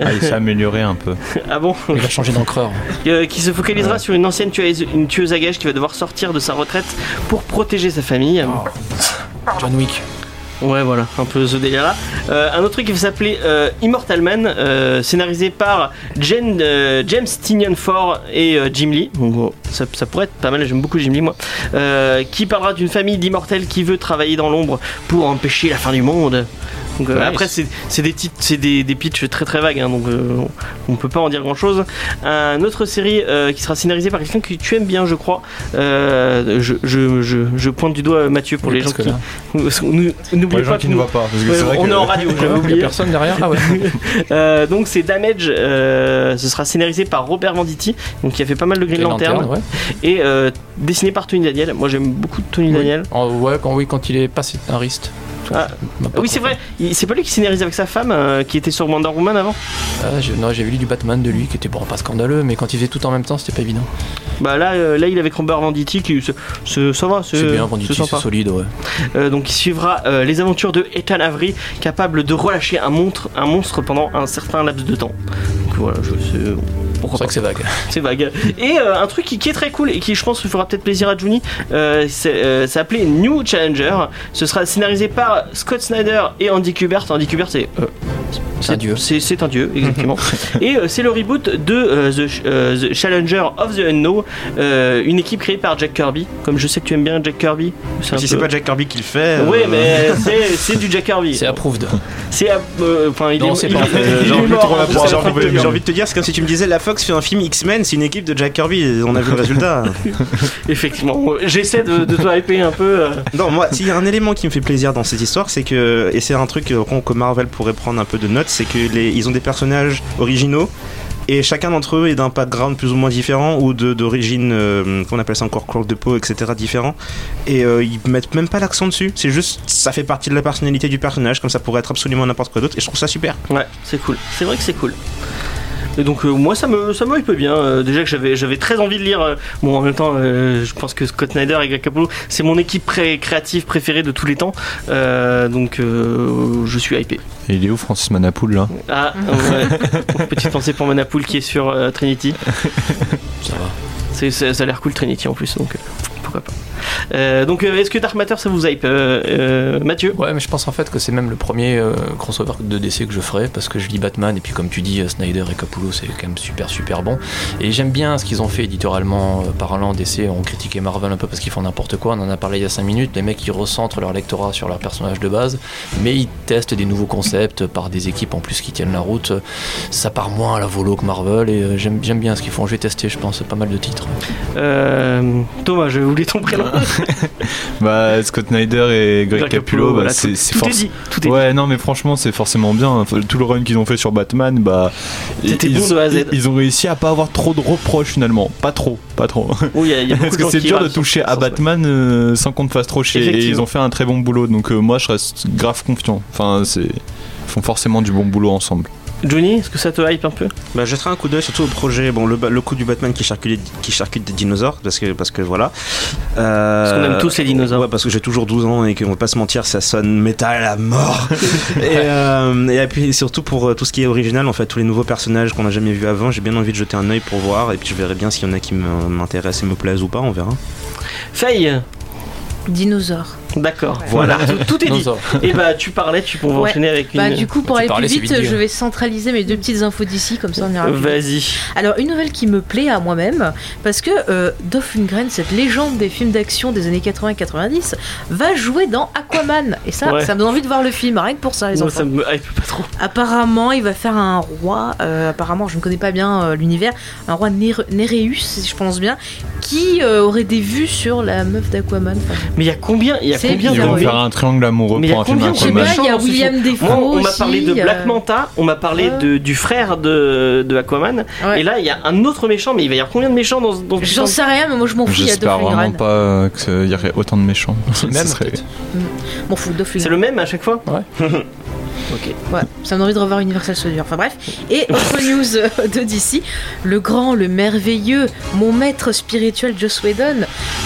S6: Ah, il s'est amélioré un peu.
S1: Ah bon
S2: Il a changé d'encreur.
S1: Euh, qui se focalisera sur une ancienne tueuse, une tueuse à gages qui va devoir sortir de sa retraite pour protéger sa famille.
S2: John Wick.
S1: Ouais, voilà, un peu ce délire-là. Euh, un autre truc qui va s'appeler euh, Immortal Man, euh, scénarisé par Jen, euh, James Tynion Ford et euh, Jim Lee. Donc, oh, ça, ça pourrait être pas mal, j'aime beaucoup Jim Lee, moi. Euh, qui parlera d'une famille d'immortels qui veut travailler dans l'ombre pour empêcher la fin du monde. Donc, euh,
S2: Nice.
S1: Après, c'est c'est des, titres- c'est des, des pitchs très très vagues, hein, donc euh, on on peut pas en dire grand chose. Une autre série euh, qui sera scénarisée par quelqu'un que tu aimes bien, je crois. Euh, je, je, je, je pointe du doigt euh, Mathieu pour
S2: Oui,
S1: les gens
S2: parce que
S1: qui.
S2: là-
S1: Nous- nous-
S6: Pour
S1: N'oubliez
S6: les gens
S1: pas
S6: qui
S1: que
S6: ne
S1: nous.
S6: voient pas. parce que
S1: Ouais,
S6: c'est vrai
S1: on
S6: que-
S1: est en radio, j'avais
S2: Il y a
S1: oublié.
S2: personne derrière Ah ouais.
S1: Euh, donc c'est Damage, euh, ce sera scénarisé par Robert Venditti, donc qui a fait pas mal de Green
S2: Green
S1: Lantern,
S2: Lantern, ouais.
S1: et euh, dessiné par Tony Daniel. Moi j'aime beaucoup Tony Daniel.
S2: Oh, ouais, quand, oui, quand il est passé un wrist.
S1: Ah, Ah
S2: M'a pas
S1: oui c'est vrai, Il- c'est pas lui qui scénarise avec sa femme, euh, qui était sur Wonder Woman avant.
S2: Ah, j'ai- non, j'avais lu du Batman de lui qui était bon, pas scandaleux, mais quand il faisait tout en même temps, c'était pas évident.
S1: Bah là, euh, là il est avec Robert Venditti, qui ce- ce- ça va,
S2: C'est bien, Venditti,
S1: c'est
S2: c'est
S1: sympa.
S2: solide, ouais.
S1: Euh, donc il suivra euh, les aventures de Ethan Avery, capable de relâcher un monstre, un monstre pendant un certain laps de temps. Donc voilà, je sais.
S2: C'est
S1: Pourquoi
S2: vrai que c'est vague.
S1: C'est vague. Et euh, un truc qui, qui est très cool et qui, je pense, fera peut-être plaisir à Juni, euh, c'est euh, c'est appelé New Challenger. Ce sera scénarisé par Scott Snyder et Andy Kubert. Andy Kubert, c'est euh,
S2: C'est un dieu.
S1: C'est c'est un dieu, exactement. et euh, c'est le reboot de euh, the, Ch- euh, The Challenger of the Unknown, euh, une équipe créée par Jack Kirby. Comme je sais que tu aimes bien Jack Kirby, un
S5: Si c'est
S1: peu-
S5: pas Jack Kirby qui le fait.
S1: Oui,
S5: euh,
S1: mais c'est- c'est du Jack Kirby.
S2: C'est approved.
S1: C'est. à- euh, Enfin, il
S2: Non,
S1: est.
S2: c'est
S1: il
S2: pas-
S1: est- il est
S5: j'ai envie de
S1: mort,
S6: trop la
S1: hein,
S6: voir,
S1: c'est
S5: J'ai
S1: un
S5: envie,
S1: peu
S5: de-
S1: dur.
S5: j'ai envie de te dire, c'est comme si tu me disais la Fox fait un film X-Men, c'est une équipe de Jack Kirby, on a vu le résultat.
S1: Effectivement, j'essaie de, de te hyper un peu. euh,
S5: non, moi, s'il y a un élément qui me fait plaisir dans cette histoire, c'est que, et c'est un truc euh, qu'on- que Marvel pourrait prendre un peu de note, c'est que les, ils ont des personnages originaux. Et chacun d'entre eux est d'un background plus ou moins différent ou de- d'origine, euh, qu'on appelle ça encore croque de peau, etc. différent. Et euh, ils mettent même pas l'accent dessus. C'est juste, ça fait partie de la personnalité du personnage, comme ça pourrait être absolument n'importe quoi d'autre. Et je trouve ça super.
S1: Ouais, c'est cool. C'est vrai que c'est cool. Et donc euh, moi ça me ça me hype bien. Euh, déjà que j'avais j'avais très envie de lire. euh, bon en même temps euh, je pense que Scott Snyder et Greg Capullo c'est mon équipe pré- créative préférée de tous les temps. Euh, donc euh, je suis hypé.
S6: Et il est où Francis Manapoul là
S1: Ah ouais. petite pensée pour Manapool qui est sur euh, Trinity.
S2: Ça va.
S1: C'est, ça, ça a l'air cool Trinity en plus donc euh, pourquoi pas. Euh, donc euh, est-ce que Dark Matter ça vous hype Euh, euh, Mathieu
S2: Ouais, mais je pense en fait que c'est même le premier euh, crossover de DC que je ferai parce que je lis Batman et puis comme tu dis, euh, Snyder et Capullo, c'est quand même super super bon. Et j'aime bien ce qu'ils ont fait éditoralement euh, parlant. DC, on critiquait Marvel un peu parce qu'ils font n'importe quoi. On en a parlé il y a 5 minutes. Les mecs, ils recentrent leur lectorat sur leur personnage de base, mais ils testent des nouveaux concepts par des équipes en plus qui tiennent la route. Ça part moins à la volo que Marvel et euh, j'aime j'aime bien ce qu'ils font. Je vais tester, je pense, pas mal de titres.
S1: Euh, Thomas je voulais ton prénom.
S6: Bah, Scott Snyder et Ah, Greg
S1: Greg
S6: Capullo, bah,
S1: voilà,
S6: c'est
S1: tout-
S6: c'est
S1: tout est
S6: forcément.
S1: dit. Tout est
S6: ouais, non, mais franchement, c'est forcément bien. Enfin, Tout le run qu'ils ont fait sur Batman, bah.
S1: C'était
S6: ils-
S1: bon de A à Z.
S6: ils- Ils ont réussi à pas avoir trop de reproches finalement. Pas trop, pas trop.
S1: Oui, il y a- il y a beaucoup de
S6: Parce que
S1: gens
S6: c'est
S1: qui
S6: dur de
S1: râlent sur
S6: toucher
S1: ce
S6: à
S1: sens, ouais.
S6: Batman euh, sans qu'on te fasse trop chier. Et
S1: Effectivement.
S6: ils ont fait un très bon boulot, donc euh, moi je reste grave confiant. Enfin, c'est. Ils font forcément du bon boulot ensemble.
S1: Johnny, est-ce que ça te hype un peu
S5: Bah, jetterai un coup d'œil surtout au projet, bon, le, ba- le coup du Batman qui charcute, qui charcute des dinosaures, parce que, parce que voilà. Euh,
S1: Parce qu'on aime tous les dinosaures.
S5: Ouais, parce que j'ai toujours 12 ans et qu'on va pas se mentir, ça sonne métal à mort. et, euh, et puis surtout pour euh, tout ce qui est original, en fait, tous les nouveaux personnages qu'on n'a jamais vus avant, j'ai bien envie de jeter un œil pour voir, et puis je verrai bien s'il y en a qui m- m'intéressent et me plaisent ou pas, on verra.
S1: Faye
S3: Dinosaure.
S1: D'accord, voilà, tout, tout est
S2: Non,
S1: dit.
S2: ça-
S1: Et bah, tu parlais, tu pourras
S3: Ouais.
S1: enchaîner avec une.
S3: Bah, du coup, pour
S2: Tu
S3: aller plus
S2: parlais, c'est
S3: vite,
S2: vite dit,
S3: je
S2: hein.
S3: vais centraliser mes deux petites infos d'ici, comme ça on ira plus vite.
S1: Vas-y.
S3: Alors une nouvelle qui me plaît à moi-même, parce que euh, Dolph Lundgren, cette légende des films d'action des années 80-90, va jouer dans Aquaman. Et ça,
S1: Ouais.
S3: ça me donne envie de voir le film, rien que pour ça les
S1: Moi,
S3: enfants.
S1: ça me hype pas trop.
S3: Apparemment, il va faire un roi, euh, apparemment, je ne connais pas bien euh, l'univers, un roi Nér- Néréus, si je prononce bien, qui euh, aurait des vues sur la meuf d'Aquaman. Enfin,
S1: Mais il y a combien Il y a
S3: C'est
S1: combien
S6: Ils
S3: bizarre,
S6: vont
S3: oui.
S6: faire un triangle amoureux
S1: Mais y a
S6: pour un film
S1: combien de
S3: je sais
S1: Aquaman.
S3: pas, il y a
S1: Chance,
S3: William Defoe
S1: Moi, on m'a
S3: aussi,
S1: parlé de
S3: euh,
S1: Black Manta, on m'a parlé
S3: ouais.
S1: de, du frère de, de Aquaman,
S3: Ouais.
S1: et là il y a un autre méchant, mais il va y avoir combien de méchants dans, dans
S3: J'en sais rien, mais moi je m'en fous, il y a
S6: J'espère
S3: Dolph
S6: vraiment
S3: Lundgren.
S6: pas euh, qu'il y aurait autant de méchants.
S2: C'est le
S6: Ce
S2: même,
S6: serait-
S2: peut-être.
S3: Je M'en fous, Dolph
S1: C'est
S3: Lundgren.
S1: le même à chaque fois
S3: Ouais, ça me donne envie de revoir Universal Soldier. Enfin bref. Et autre news euh, de DC, le grand, le merveilleux, mon maître spirituel Joss Whedon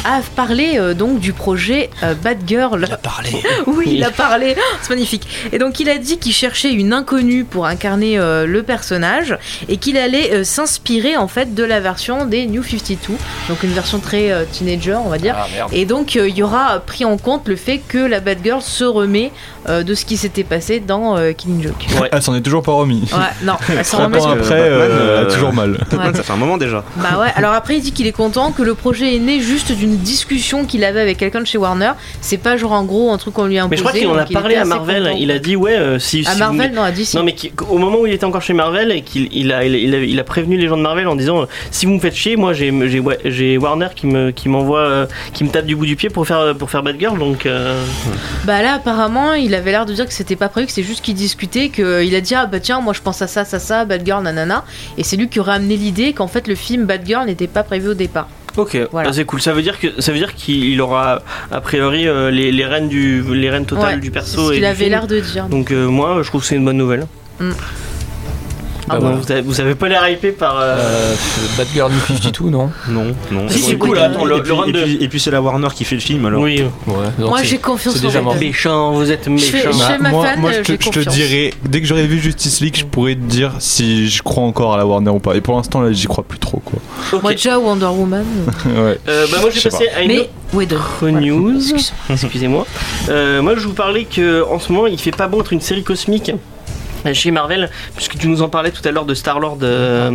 S3: a parlé euh, donc du projet euh, Batgirl.
S2: Il a parlé.
S3: Oui, il a parlé, Oh, c'est magnifique. Et donc il a dit qu'il cherchait une inconnue pour incarner euh, le personnage et qu'il allait euh, s'inspirer en fait de la version des New 52, donc une version très euh, teenager, on va dire.
S2: Ah merde.
S3: Et donc euh, il y aura pris en compte le fait que la Batgirl se remet euh, de ce qui s'était passé dans euh, Killing Joke.
S6: Elle s'en Ah, est toujours pas remis.
S3: Ouais, non, elle s'en
S6: Trois
S3: remet.
S6: ans
S5: parce que
S6: après,
S5: Batman,
S6: euh, elle a
S5: euh,
S6: toujours mal.
S3: Ouais.
S5: Ça fait un moment déjà.
S3: Bah ouais, alors après il dit qu'il est content, que le projet est né juste d'une discussion qu'il avait avec quelqu'un de chez Warner. C'est pas genre en gros un truc qu'on lui a imposé.
S1: Mais je crois qu'il en a
S3: donc il
S1: parlé
S3: était
S1: à
S3: assez
S1: Marvel,
S3: content.
S1: il a dit ouais, euh, si.
S3: À
S1: si
S3: Marvel,
S1: vous-
S3: non, à DC.
S1: Non mais qui- au moment où il était encore chez Marvel et qu'il il a, il, il a, il a prévenu les gens de Marvel en disant euh, si vous me faites chier moi j'ai j'ai- ouais, j'ai Warner qui me qui m'envoie euh, qui me tape du bout du pied pour faire pour faire Batgirl donc euh,
S3: Bah là, apparemment, il avait l'air de dire que c'était pas prévu, que c'est juste qu'il discutait, qu'il a dit Ah bah tiens, moi je pense à ça, ça, ça, Batgirl, nanana. Et c'est lui qui aurait amené l'idée qu'en fait le film Batgirl n'était pas prévu au départ.
S1: Ok,
S3: Voilà.
S1: bah, c'est cool. Ça veut dire que ça veut dire qu'il il aura a priori euh, les, les rênes du les rênes totales
S3: Ouais,
S1: du
S3: C'est
S1: perso
S3: ce
S1: et
S3: qu'il
S1: du
S3: avait
S1: film.
S3: l'air de dire.
S1: Donc euh, moi je trouve que c'est une bonne nouvelle.
S3: Mm.
S1: Ah,
S2: Ah
S1: bon,
S2: bon.
S1: vous, avez, vous avez pas l'air hypé par. euh,
S2: Euh, Batgirl New 52, non
S5: Non, non.
S1: Si,
S3: c'est
S5: Et
S3: cool,
S5: puis-
S1: attends, le-
S5: et puis-
S1: le run
S5: et
S1: de-
S5: puis- Et puis c'est la Warner qui fait le film alors.
S1: oui.
S2: Ouais.
S3: moi j'ai confiance
S2: c'est
S3: en
S2: déjà mort.
S3: Batgirl.
S1: Méchant, vous êtes
S3: Je fais-
S1: méchant.
S3: je- Chez ma
S6: Bah, moi,
S3: fan,
S6: moi,
S3: euh,
S6: je,
S3: j'ai
S6: te, je te
S3: confiance.
S6: dirai, dès que j'aurai vu Justice League, je pourrais te dire si je crois encore à la Warner ou pas. Et pour l'instant, là, j'y crois plus trop, quoi.
S1: Ok.
S3: Moi déjà Wonder Woman.
S6: Ouais.
S1: Euh, bah moi
S6: Je
S1: j'ai
S6: sais
S1: passé à une
S3: mais Whedon.
S1: autre
S3: Voilà.
S1: news.
S3: Excuse-moi.
S1: Excusez-moi. Euh, moi je vous parlais que en ce moment il fait pas bon être une série cosmique. euh, Chez Marvel, puisque tu nous en parlais tout à l'heure de Star-Lord, euh,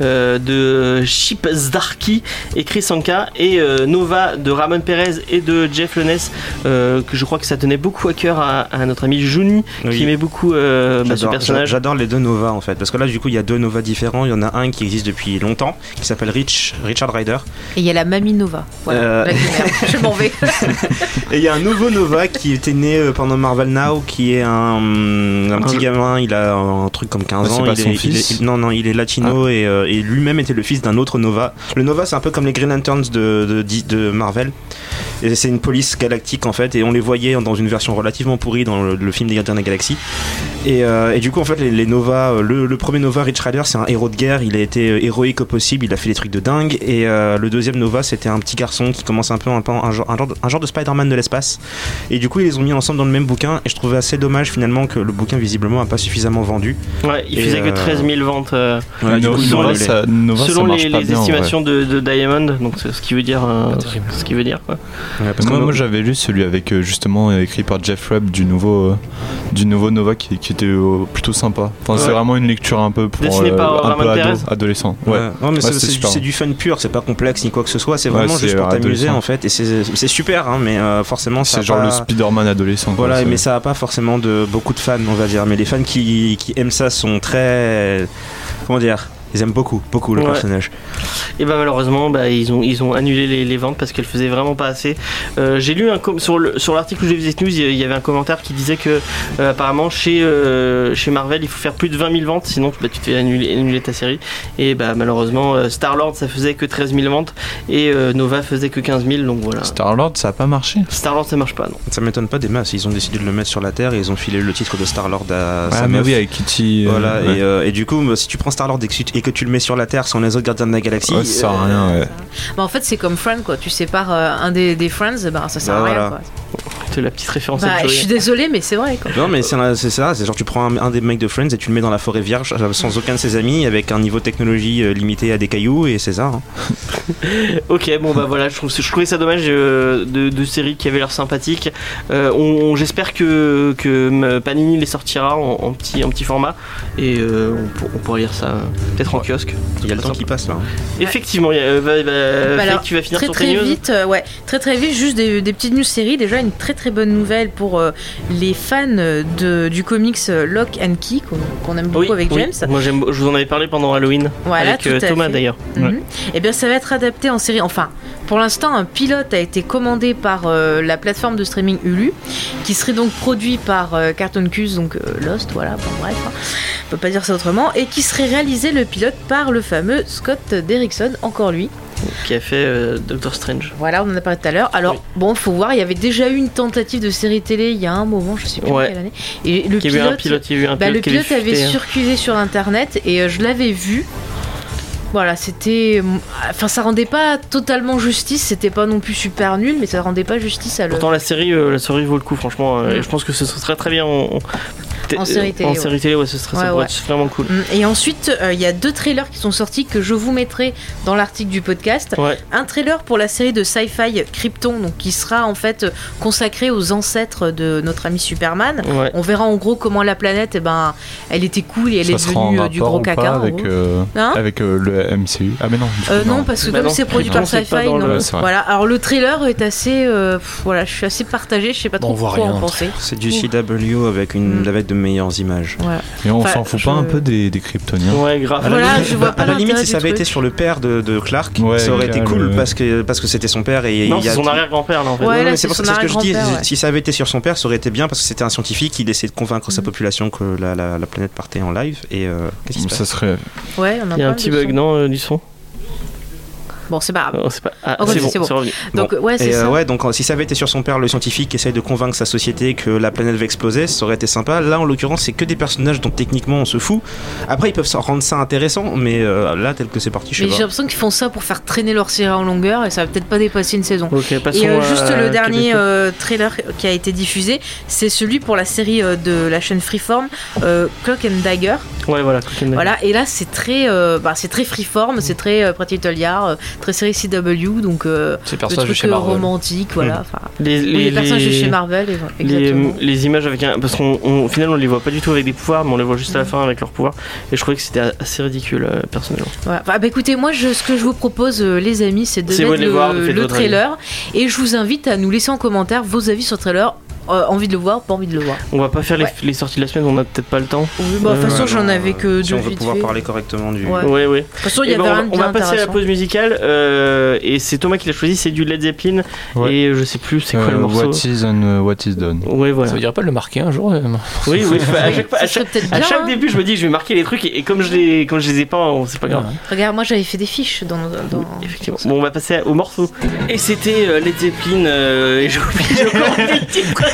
S1: euh, de Chip Zdarki et Chris Anka, et euh, Nova de Ramon Perez et de Jeff Lennes, euh, que je crois que ça tenait beaucoup à cœur à, à notre ami Juni,
S5: Oui.
S1: qui aimait beaucoup euh, bah, ce
S5: J'adore- j'a-
S1: personnage.
S5: J'adore les deux Nova en fait, parce que là du coup il y a deux Nova différents. Il y en a un qui existe depuis longtemps, qui s'appelle Rich, Richard Ryder,
S3: Et il y a la Mamie Nova. Voilà.
S5: Euh.
S3: La lumière. Je m'en vais.
S5: et il y a un nouveau Nova qui était né euh, pendant Marvel Now, qui est un, un petit
S1: Un-
S5: gamin. Il a un truc comme 15
S6: Ah, Euh, c'est
S5: ans.
S6: pas
S5: il
S6: son
S5: est, il
S6: fils Ah.
S5: est- il- non non, il est latino et, euh, et lui-même était le fils d'un autre Nova. Le Nova c'est un peu comme les Green Lanterns de, de, de- de Marvel. Et c'est une police galactique en fait, et on les voyait dans une version relativement pourrie dans le, le film des Gardiens de la Galaxie. Et, euh, et du coup, en fait, les, les Nova, euh, le, le premier Nova, Rich Rider, c'est un héros de guerre. Il a été euh, héroïque au possible, il a fait des trucs de dingue. Et euh, le deuxième Nova, c'était un petit garçon qui commence un peu un, peu- un genre, un genre de- un genre de Spider-Man de l'espace. Et du coup, ils les ont mis ensemble dans le même bouquin. Et je trouvais assez dommage finalement que le bouquin visiblement a pas suffisamment vendu.
S1: Ouais, il
S5: Et,
S1: faisait que
S5: euh,
S1: 13 000 ventes. euh,
S5: Voilà, du
S6: Nova,
S5: coup, ils l'ont annulé.
S6: ça, Nova, ça
S1: selon
S6: marche
S1: les,
S6: pas
S1: les
S6: bien, en vrai.
S1: estimations de, de Diamond, donc c'est ce qui veut dire, euh,
S2: Pas terrible.
S1: ce qui veut dire quoi.
S5: Ouais, parce que
S6: Moi,
S5: no-
S6: moi j'avais lu celui avec euh, justement euh, écrit par Jeff Webb du nouveau euh, du nouveau Nova qui, qui était euh, plutôt sympa. Enfin
S1: Ouais.
S6: c'est vraiment une lecture un peu pour euh,
S1: Dessiné par
S6: un
S1: Ramon
S6: peu ado-
S1: Perez.
S6: adolescent.
S5: Ouais.
S6: Ouais.
S5: Non, mais c'est-
S6: c'était
S5: c'est du-
S6: super.
S5: c'est du fun pur, c'est pas complexe ni quoi que ce soit, c'est
S6: Ouais,
S5: vraiment
S6: c'est
S5: juste pour t'amuser
S6: adolescent.
S5: en fait, et c'est c'est super, hein, mais euh, forcément, ça
S6: C'est
S5: a
S6: genre le
S5: pas-
S6: Spider-Man adolescent. quoi,
S5: Voilà,
S6: c'est-
S5: mais ça n'a pas forcément de beaucoup de fans, on va dire. Mais les fans qui, qui aiment ça sont très. Comment dire Ils aiment beaucoup, beaucoup le
S1: Ouais.
S5: personnage.
S1: Et bah malheureusement, bah, ils, ont, ils ont annulé les, les ventes parce qu'elles faisaient vraiment pas assez. Euh, j'ai lu un com- sur, le, sur l'article de Visite News, il y a- il y avait un commentaire qui disait que euh, apparemment chez, euh, chez Marvel, il faut faire plus de 20 000 ventes, sinon bah, tu te fais annuler, annuler ta série. Et bah malheureusement, euh, Star-Lord ça faisait que 13 000 ventes et euh, Nova faisait que 15 000, donc voilà.
S6: Star-Lord, ça a pas marché.
S1: Star-Lord ça marche pas, non.
S5: Ça m'étonne pas des masses. Ils ont décidé de le mettre sur la Terre et ils ont filé le titre de Star-Lord à sa meuf.
S6: avec Kitty. euh,
S5: Voilà,
S6: ouais.
S5: et, euh, et du coup, bah, si tu prends Star-Lord et que tu- et que tu le mets sur la Terre sans les autres gardiens de la galaxie,
S6: Ouais, ça sert à rien, ouais.
S3: Bah, en fait, c'est comme Friends, quoi. Tu sépares euh, un des, des Friends, bah, ça sert
S5: Bah,
S3: à rien,
S5: voilà.
S3: quoi.
S1: C'est la petite référence
S3: Bah,
S1: à
S3: je
S1: Joey.
S3: suis désolée, mais c'est vrai, quoi.
S5: Non mais c'est c'est ça, c'est genre tu prends un, un des mecs de Friends et tu le mets dans la forêt vierge euh, sans aucun de ses amis avec un niveau de technologie euh, limité à des cailloux et c'est ça. hein.
S1: Ok, bon bah voilà, je, trouve, je trouvais ça dommage euh, de, de séries qui avaient l'air sympathiques. Euh, on, on- J'espère que, que m- Panini les sortira en, en petit, en petit format et euh, on, pour- on pourra lire ça euh, peut-être en kiosque.
S5: Il y a le temps qui passe là. hein.
S1: Effectivement, il y a- euh, bah, bah,
S3: Bah,
S1: Fake,
S3: alors,
S1: tu vas finir
S3: très
S1: sur
S3: très
S1: tes news.
S3: vite, euh, ouais, très très vite, juste des, des petites news séries. Déjà une très très bonne nouvelle pour euh, les fans euh, de, du comics euh, Lock and Key qu'on qu'on aime beaucoup
S1: Oui,
S3: avec
S1: oui.
S3: James.
S1: Moi j'aime, je vous en avais parlé pendant Halloween
S3: Voilà,
S1: avec
S3: tout
S1: euh,
S3: à
S1: Thomas
S3: fait.
S1: d'ailleurs.
S3: Mhm. Eh bien, ça va être adapté en série. Enfin, pour l'instant, un pilote a été commandé par euh, la plateforme de streaming Hulu, qui serait donc produit par euh, Cartoon Cuse, donc euh, Lost, voilà, bon, bref, hein. on peut pas dire ça autrement, et qui serait réalisé le pilote par le fameux Scott Derrickson, encore lui.
S1: Qui a fait euh, Doctor Strange.
S3: Voilà, on en a parlé tout à l'heure. Alors,
S1: Oui.
S3: bon, faut voir, il y avait déjà eu une tentative de série télé il y a un moment, je sais plus
S1: Ouais.
S3: quelle année. Et le
S1: Qui a eu un pilote, il y a eu un
S3: bah, le
S1: pilote qui avait
S3: pilote avait
S1: fuité, hein.
S3: circulé sur internet et euh, je l'avais vu. Voilà, c'était. Enfin, ça rendait pas totalement justice, c'était pas non plus super nul, mais ça rendait pas justice à le.
S1: Pourtant la série, euh, la série vaut le coup franchement. euh,
S3: Mm.
S1: et Je pense que ce serait très bien en, en-
S3: En série télé,
S1: En
S3: ouais.
S1: série télé, ouais, ce serait ça
S3: Ouais,
S1: pourrait
S3: ouais.
S1: être vraiment cool.
S3: Mm, Et ensuite, euh, il y a deux trailers qui sont sortis que je vous mettrai dans l'article du podcast.
S1: Ouais.
S3: Un trailer pour la série de sci-fi Krypton, donc qui sera en fait euh, consacré aux ancêtres de notre ami Superman.
S1: Ouais.
S3: On verra en gros comment la planète, eh ben, elle était cool et elle
S6: Ça
S3: est
S6: sera en
S3: devenue euh, du gros
S6: rapport ou pas
S3: caca. en
S6: avec,
S3: gros.
S6: euh,
S3: Hein
S6: avec euh, le MCU. Ah mais non. du coup,
S3: Euh, non, parce que
S1: Bah
S3: comme
S1: non,
S3: c'est produit
S1: Krypton,
S3: par
S1: c'est pas
S3: Sci-Fi,
S1: dans
S3: non.
S1: le-
S6: Ouais, c'est vrai.
S3: Voilà. Alors le trailer est assez, euh, pff, voilà, je suis assez partagée, je sais pas
S2: Bon,
S3: trop
S2: on voit
S3: quoi
S2: rien,
S3: en
S2: en tout
S3: penser.
S5: C'est du CW avec une
S3: Mm.
S5: avec de meilleures images.
S3: Voilà.
S6: Et on
S3: Enfin,
S6: s'en fout
S3: je-
S6: pas un peu des, des Kryptoniens.
S1: Ouais, grave.
S5: À la
S3: Voilà,
S5: limite-
S3: je vois
S5: bah,
S3: pas
S5: à la limite
S3: l'intérêt
S5: si ça
S3: du
S5: avait
S3: truc.
S5: été sur le père de, de Clark,
S6: Ouais,
S5: ça aurait
S6: il y a
S5: été cool
S6: le-
S5: parce que parce que c'était son père et
S1: Non,
S5: il y
S1: c'est
S5: a
S1: son arrière-grand-père là en fait.
S3: Ouais,
S5: Non,
S3: là,
S5: mais
S3: c'est
S5: c'est pour ça
S3: son
S5: que, c'est ce que je dis,
S3: arrière-grand-père, ouais.
S5: si ça avait été sur son père, ça aurait été bien parce que c'était un scientifique, il essayait de convaincre
S3: Mm.
S5: sa population que la, la- la planète partait en live et euh, qu'est-ce qui se passe
S6: Ça serait.
S3: Ouais, on a
S1: Il y a
S3: pas
S1: un
S3: mal
S1: petit
S3: de
S1: bug,
S3: sons.
S1: non, euh, du son
S3: Bon, c'est pas grave.
S1: Non, c'est pas... Ah,
S3: Oh,
S1: c'est
S3: vas-y,
S1: bon,
S3: c'est bon.
S1: c'est revenu.
S3: Donc ouais, c'est
S5: Et euh,
S3: ça.
S5: ouais, donc euh, si ça avait été sur son père, le scientifique qui essaye de convaincre sa société que la planète va exploser, ça aurait été sympa. Là, en l'occurrence, c'est que des personnages dont techniquement on se fout. Après, ils peuvent s'en rendre ça intéressant, mais euh, là, tel que c'est parti, je
S3: Mais
S5: sais
S3: j'ai
S5: pas.
S3: l'impression qu'ils font ça pour faire traîner leur série en longueur et ça va peut-être pas dépasser une saison.
S1: Ok, passons
S3: Et euh,
S1: à-
S3: juste
S1: à
S3: le dernier
S1: Québécois.
S3: euh, trailer qui a été diffusé, c'est celui pour la série euh, de la chaîne Freeform, euh, Clock and Dagger.
S1: Ouais, voilà, Clock and Dagger.
S3: euh, Voilà, et là c'est très, euh, bah, c'est très Freeform, c'est très euh, Pretty Little Liar, euh, très série CW, donc euh,
S2: C'est le
S3: le
S2: personnage de
S3: truc
S2: chez
S3: euh,
S2: Marvel.
S3: romantique,
S1: Hmm.
S3: voilà. enfin
S1: Les,
S3: Oui, les, personnages de chez Marvel, et-
S1: les- euh,
S3: exactement.
S1: les images avec un. Parce qu'on, on- au final, on les voit pas du tout avec des pouvoirs, mais on les voit juste à la
S3: Mm.
S1: fin avec leurs pouvoirs. Et je trouvais que c'était assez ridicule, euh, personnellement.
S3: Voilà. Enfin, bah, écoutez, moi, je- ce que je vous propose, euh, les amis, c'est de
S1: C'est
S3: mettre
S1: bon de les
S3: le,
S1: voir, de faire
S3: le
S1: votre
S3: trailer. Et je vous invite à nous laisser en commentaire vos avis sur le trailer. Euh, envie de le voir, pas envie de le voir.
S1: On va pas faire
S3: Ouais.
S1: les, les sorties de la semaine, on a peut-être pas le temps.
S3: Oui, bah, de toute
S1: Ouais,
S3: façon,
S5: Ouais,
S3: j'en
S5: non,
S3: avais que
S5: euh,
S3: deux
S5: Si on veut
S3: vite
S5: pouvoir
S3: fait.
S5: parler correctement du.
S3: Ouais.
S1: Ouais, ouais.
S3: De toute façon, il y
S1: Eh ben,
S3: avait
S1: on
S3: rien
S1: va,
S3: de
S1: on
S3: bien
S1: va passer à la
S3: intéressant.
S1: pause musicale. euh, et c'est Thomas qui l'a choisi, c'est du Led Zeppelin.
S6: Ouais.
S1: Et je sais plus c'est quoi le
S6: Euh,
S1: morceau.
S6: What is and euh, what is done.
S1: Ouais,
S2: Ça
S1: voilà.
S2: vous dirait pas de le marquer un jour euh,
S1: Oui, oui. À chaque fois- à
S3: Ça
S1: chaque-
S3: serait peut-être
S1: À
S3: bien,
S1: chaque
S3: hein.
S1: début, je me dis, je vais marquer les trucs, et, et comme je les, comme je les ai pas, on- c'est pas grave.
S3: Regarde, moi, j'avais fait des fiches dans. dans- dans-
S1: Effectivement. Bon, on va passer au morceau. Et c'était euh, Led Zeppelin. euh, et j'ai oublié encore le titre.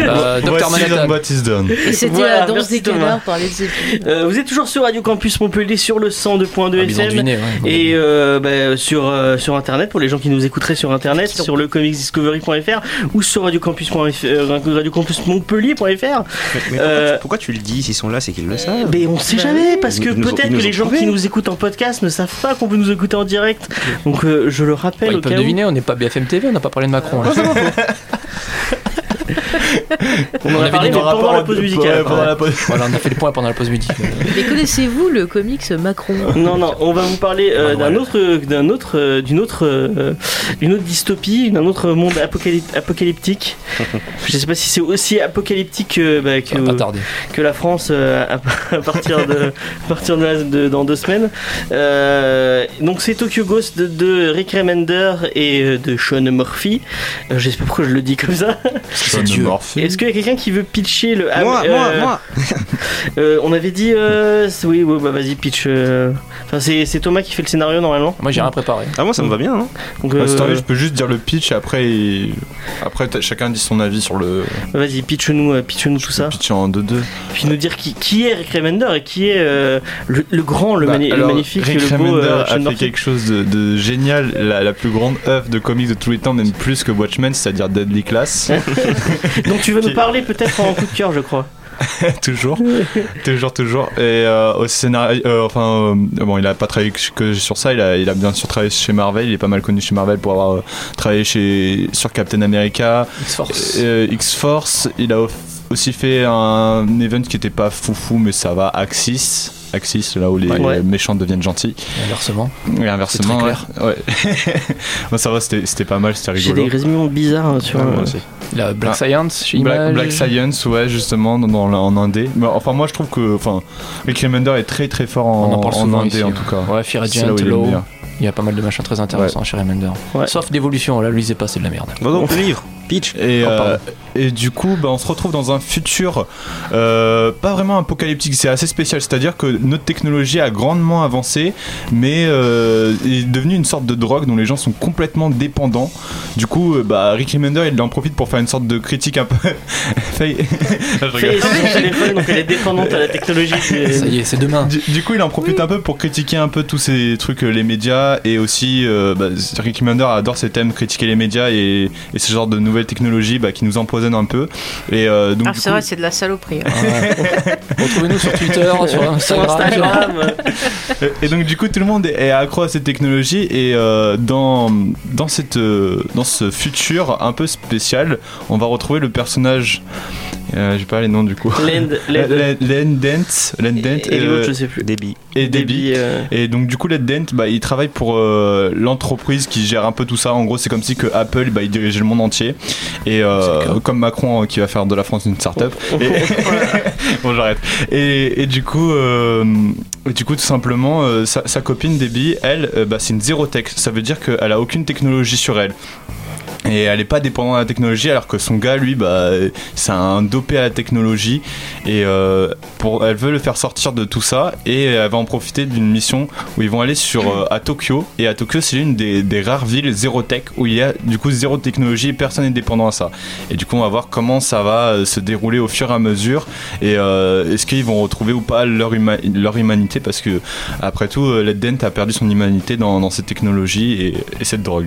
S2: Euh, Docteur
S6: What is and
S2: Manhattan.
S6: what is done.
S3: Et c'était euh,
S1: Voilà,
S3: la danse
S1: merci,
S3: des
S1: Thomas.
S3: canards par les épées.
S1: Euh, vous êtes toujours sur Radio Campus Montpellier sur le 102.2
S2: Ah, bison du
S1: FM.
S2: nez, ouais.
S1: Et euh, bah, sur, euh, sur internet, pour les gens qui nous écouteraient sur internet, sur le comicsdiscovery.fr ou sur radiocampus.fr, euh, radiocampusmontpellier.fr.
S5: Mais- mais pourquoi,
S1: Euh,
S5: tu, pourquoi tu le dis s'ils sont là, c'est qu'ils le savent
S1: Mais on sait
S3: Bah
S1: jamais,
S3: oui.
S1: parce que
S5: Ils nous ont-
S1: peut-être
S5: ils
S1: que
S5: nous
S1: les
S5: ont
S1: gens qui
S5: trompés.
S1: nous écoutent en podcast ne savent pas qu'on peut nous écouter en direct. Donc euh, je le
S2: Bah,
S1: rappelle
S2: ils
S1: au cas
S2: peuvent
S1: où. Ah,
S2: deviner, on n'est pas BFM TV, on n'a pas parlé de Macron. là.
S1: On en a
S2: avait
S1: parlé
S2: dit
S1: mais
S2: dans le
S1: pendant la pause musicale.
S6: pendant la pause.
S2: Voilà, on a fait le point pendant la pause musicale.
S3: Mais connaissez-vous le comics Macron
S1: Non, non, on va vous parler euh, d'un
S2: Manuel.
S1: autre, d'un autre, euh, d'une autre, euh, d'une autre dystopie, d'un autre monde apocalyp- apocalyptique. Je sais pas si c'est aussi apocalyptique que, bah, que,
S2: Ça va pas tarder.
S1: que la France euh, à, à partir de, à partir de, la- de- dans deux semaines. Euh, donc c'est Tokyo Ghost de, de Rick Remender et euh, de Sean Murphy. Euh, je sais pas pourquoi je le dis comme ça.
S6: Sean
S2: Dieu.
S6: Murphy.
S1: Est-ce qu'il y a quelqu'un qui veut pitcher le ah,
S5: moi,
S1: euh,
S5: moi, moi.
S1: euh, on avait dit euh, c'est- oui, oui bah vas-y pitch. euh. Enfin c'est c'est Thomas qui fait le scénario normalement.
S2: Moi, j'ai rien préparé.
S5: Ah, moi, ça me va bien. hein.
S1: Donc
S6: Bah,
S1: euh,
S6: c'est vrai, je peux juste dire le pitch après il- après t'as- chacun dit son avis sur le
S1: vas-y pitch nous pitch nous tout ça.
S6: pitch en 2-2.
S1: Puis nous dire qui, qui est Rick Remender et qui est euh, le, le grand, le,
S6: Bah,
S1: mani- le
S6: alors,
S1: magnifique,
S6: Rick
S1: le beau
S6: Remender
S1: euh, Sean
S6: a fait
S1: Murphy.
S6: quelque chose de, de génial, la, la plus grande œuvre de comics de tous les temps, même plus que Watchmen, c'est-à-dire Deadly Class.
S1: Donc tu veux nous
S6: qui-
S1: parler peut-être en coup de cœur je crois.
S6: toujours, toujours, toujours. Et euh, au scénario, euh, enfin, euh, bon, il a pas travaillé que- que sur ça. Il a, il a bien sûr travaillé chez Marvel. Il est pas mal connu chez Marvel pour avoir euh, travaillé chez sur Captain America,
S2: X-Force.
S6: euh, X-Force. Il a au- aussi fait un event qui était pas foufou, mais ça va. Axis, Axis, là où les
S1: Ouais.
S6: méchants deviennent gentils.
S2: euh, Inversement.
S6: Et inversement.
S2: C'est très
S6: ouais. Ouais. Bon, ça va, c'était c'était pas mal, c'était
S1: J'ai
S6: rigolo.
S1: des résumés bizarres hein, sur.
S6: Ouais,
S1: euh,
S6: moi aussi.
S2: La Black
S6: Ah.
S2: Science, chez
S6: Black,
S2: Image.
S6: Black Science, ouais, justement, dans, dans- en indé. Mais, enfin, moi, je trouve que, enfin, Rick Remender est très très fort en,
S2: On en parle souvent
S6: indé,
S2: ici, hein.
S6: en tout cas.
S2: Ouais, Fear
S6: C'est là
S2: Agent,
S6: où il est le
S2: Low.
S6: meilleur.
S2: Il y a pas mal de machins très intéressants chez Remender.
S1: Ouais.
S2: Sauf d'évolution, là, lui, c'est pas, c'est de la merde.
S5: Va donc, le livre. Pitch.
S6: Et,
S2: Oh, pardon.
S6: euh, et du coup, bah, on se retrouve dans un futur euh, pas vraiment apocalyptique, c'est assez spécial. C'est-à-dire que notre technologie a grandement avancé, mais euh, est devenue une sorte de drogue dont les gens sont complètement dépendants. Du coup, euh, bah, Rick Remender, il en profite pour faire une sorte de critique un peu. Faye- Je
S1: Faye
S6: rigole.
S1: est sur son téléphone, donc elle est dépendante à la technologie.
S2: Ça
S1: c'est-
S2: y est, c'est demain.
S6: Du, du coup, il en profite un peu pour critiquer un peu tous ces trucs, euh, les médias, et aussi euh, bah, Ricky Mander adore ces thèmes, critiquer les médias et, et ce genre de nouvelles technologies bah, qui nous empoisonnent un peu. Et euh, donc,
S3: Ah,
S6: du
S3: c'est
S6: coup-
S3: vrai, c'est de la saloperie. hein.
S2: Retrouvez-nous sur Twitter, sur
S1: Sur
S2: Instagram.
S1: Instagram.
S6: Euh, et et donc du coup tout le monde est est accro à cette technologie et euh, dans dans cette euh, dans ce futur un peu spécial on va retrouver le personnage euh, j'ai pas les noms du coup
S1: Lend, Lend-
S6: Len Len Dent Len Dent
S1: et, et
S6: euh,
S1: l'autre, je sais plus.
S5: Débit.
S6: et Debbie
S1: Debbie, euh,
S6: Et donc du coup, Led Dent, bah, il travaille pour euh, l'entreprise qui gère un peu tout ça. En gros, c'est comme si que Apple, bah, il dirigeait le monde entier. Et euh,
S2: C'est le
S6: comme Macron euh, qui va faire de la France une start-up. Et... bon, j'arrête. Et, et du coup, euh, et du coup, tout simplement, euh, sa, sa copine Debbie, elle, euh, bah, c'est une zéro tech. Ça veut dire qu'elle a aucune technologie sur elle. Et elle est pas dépendante de la technologie, alors que son gars, lui, bah, c'est un dopé à la technologie. Et euh, pour, elle veut le faire sortir de tout ça. Et elle va en profiter d'une mission où ils vont aller sur, euh, à Tokyo. Et à Tokyo, c'est l'une des, des rares villes zéro tech où il y a du coup zéro technologie et personne n'est dépendant à ça. Et du coup, on va voir comment ça va euh, se dérouler au fur et à mesure. Et euh, est-ce qu'ils vont retrouver ou pas leur, huma- leur humanité Parce que, après tout, euh, Led Dent a perdu son humanité dans, dans cette technologie et, et cette drogue.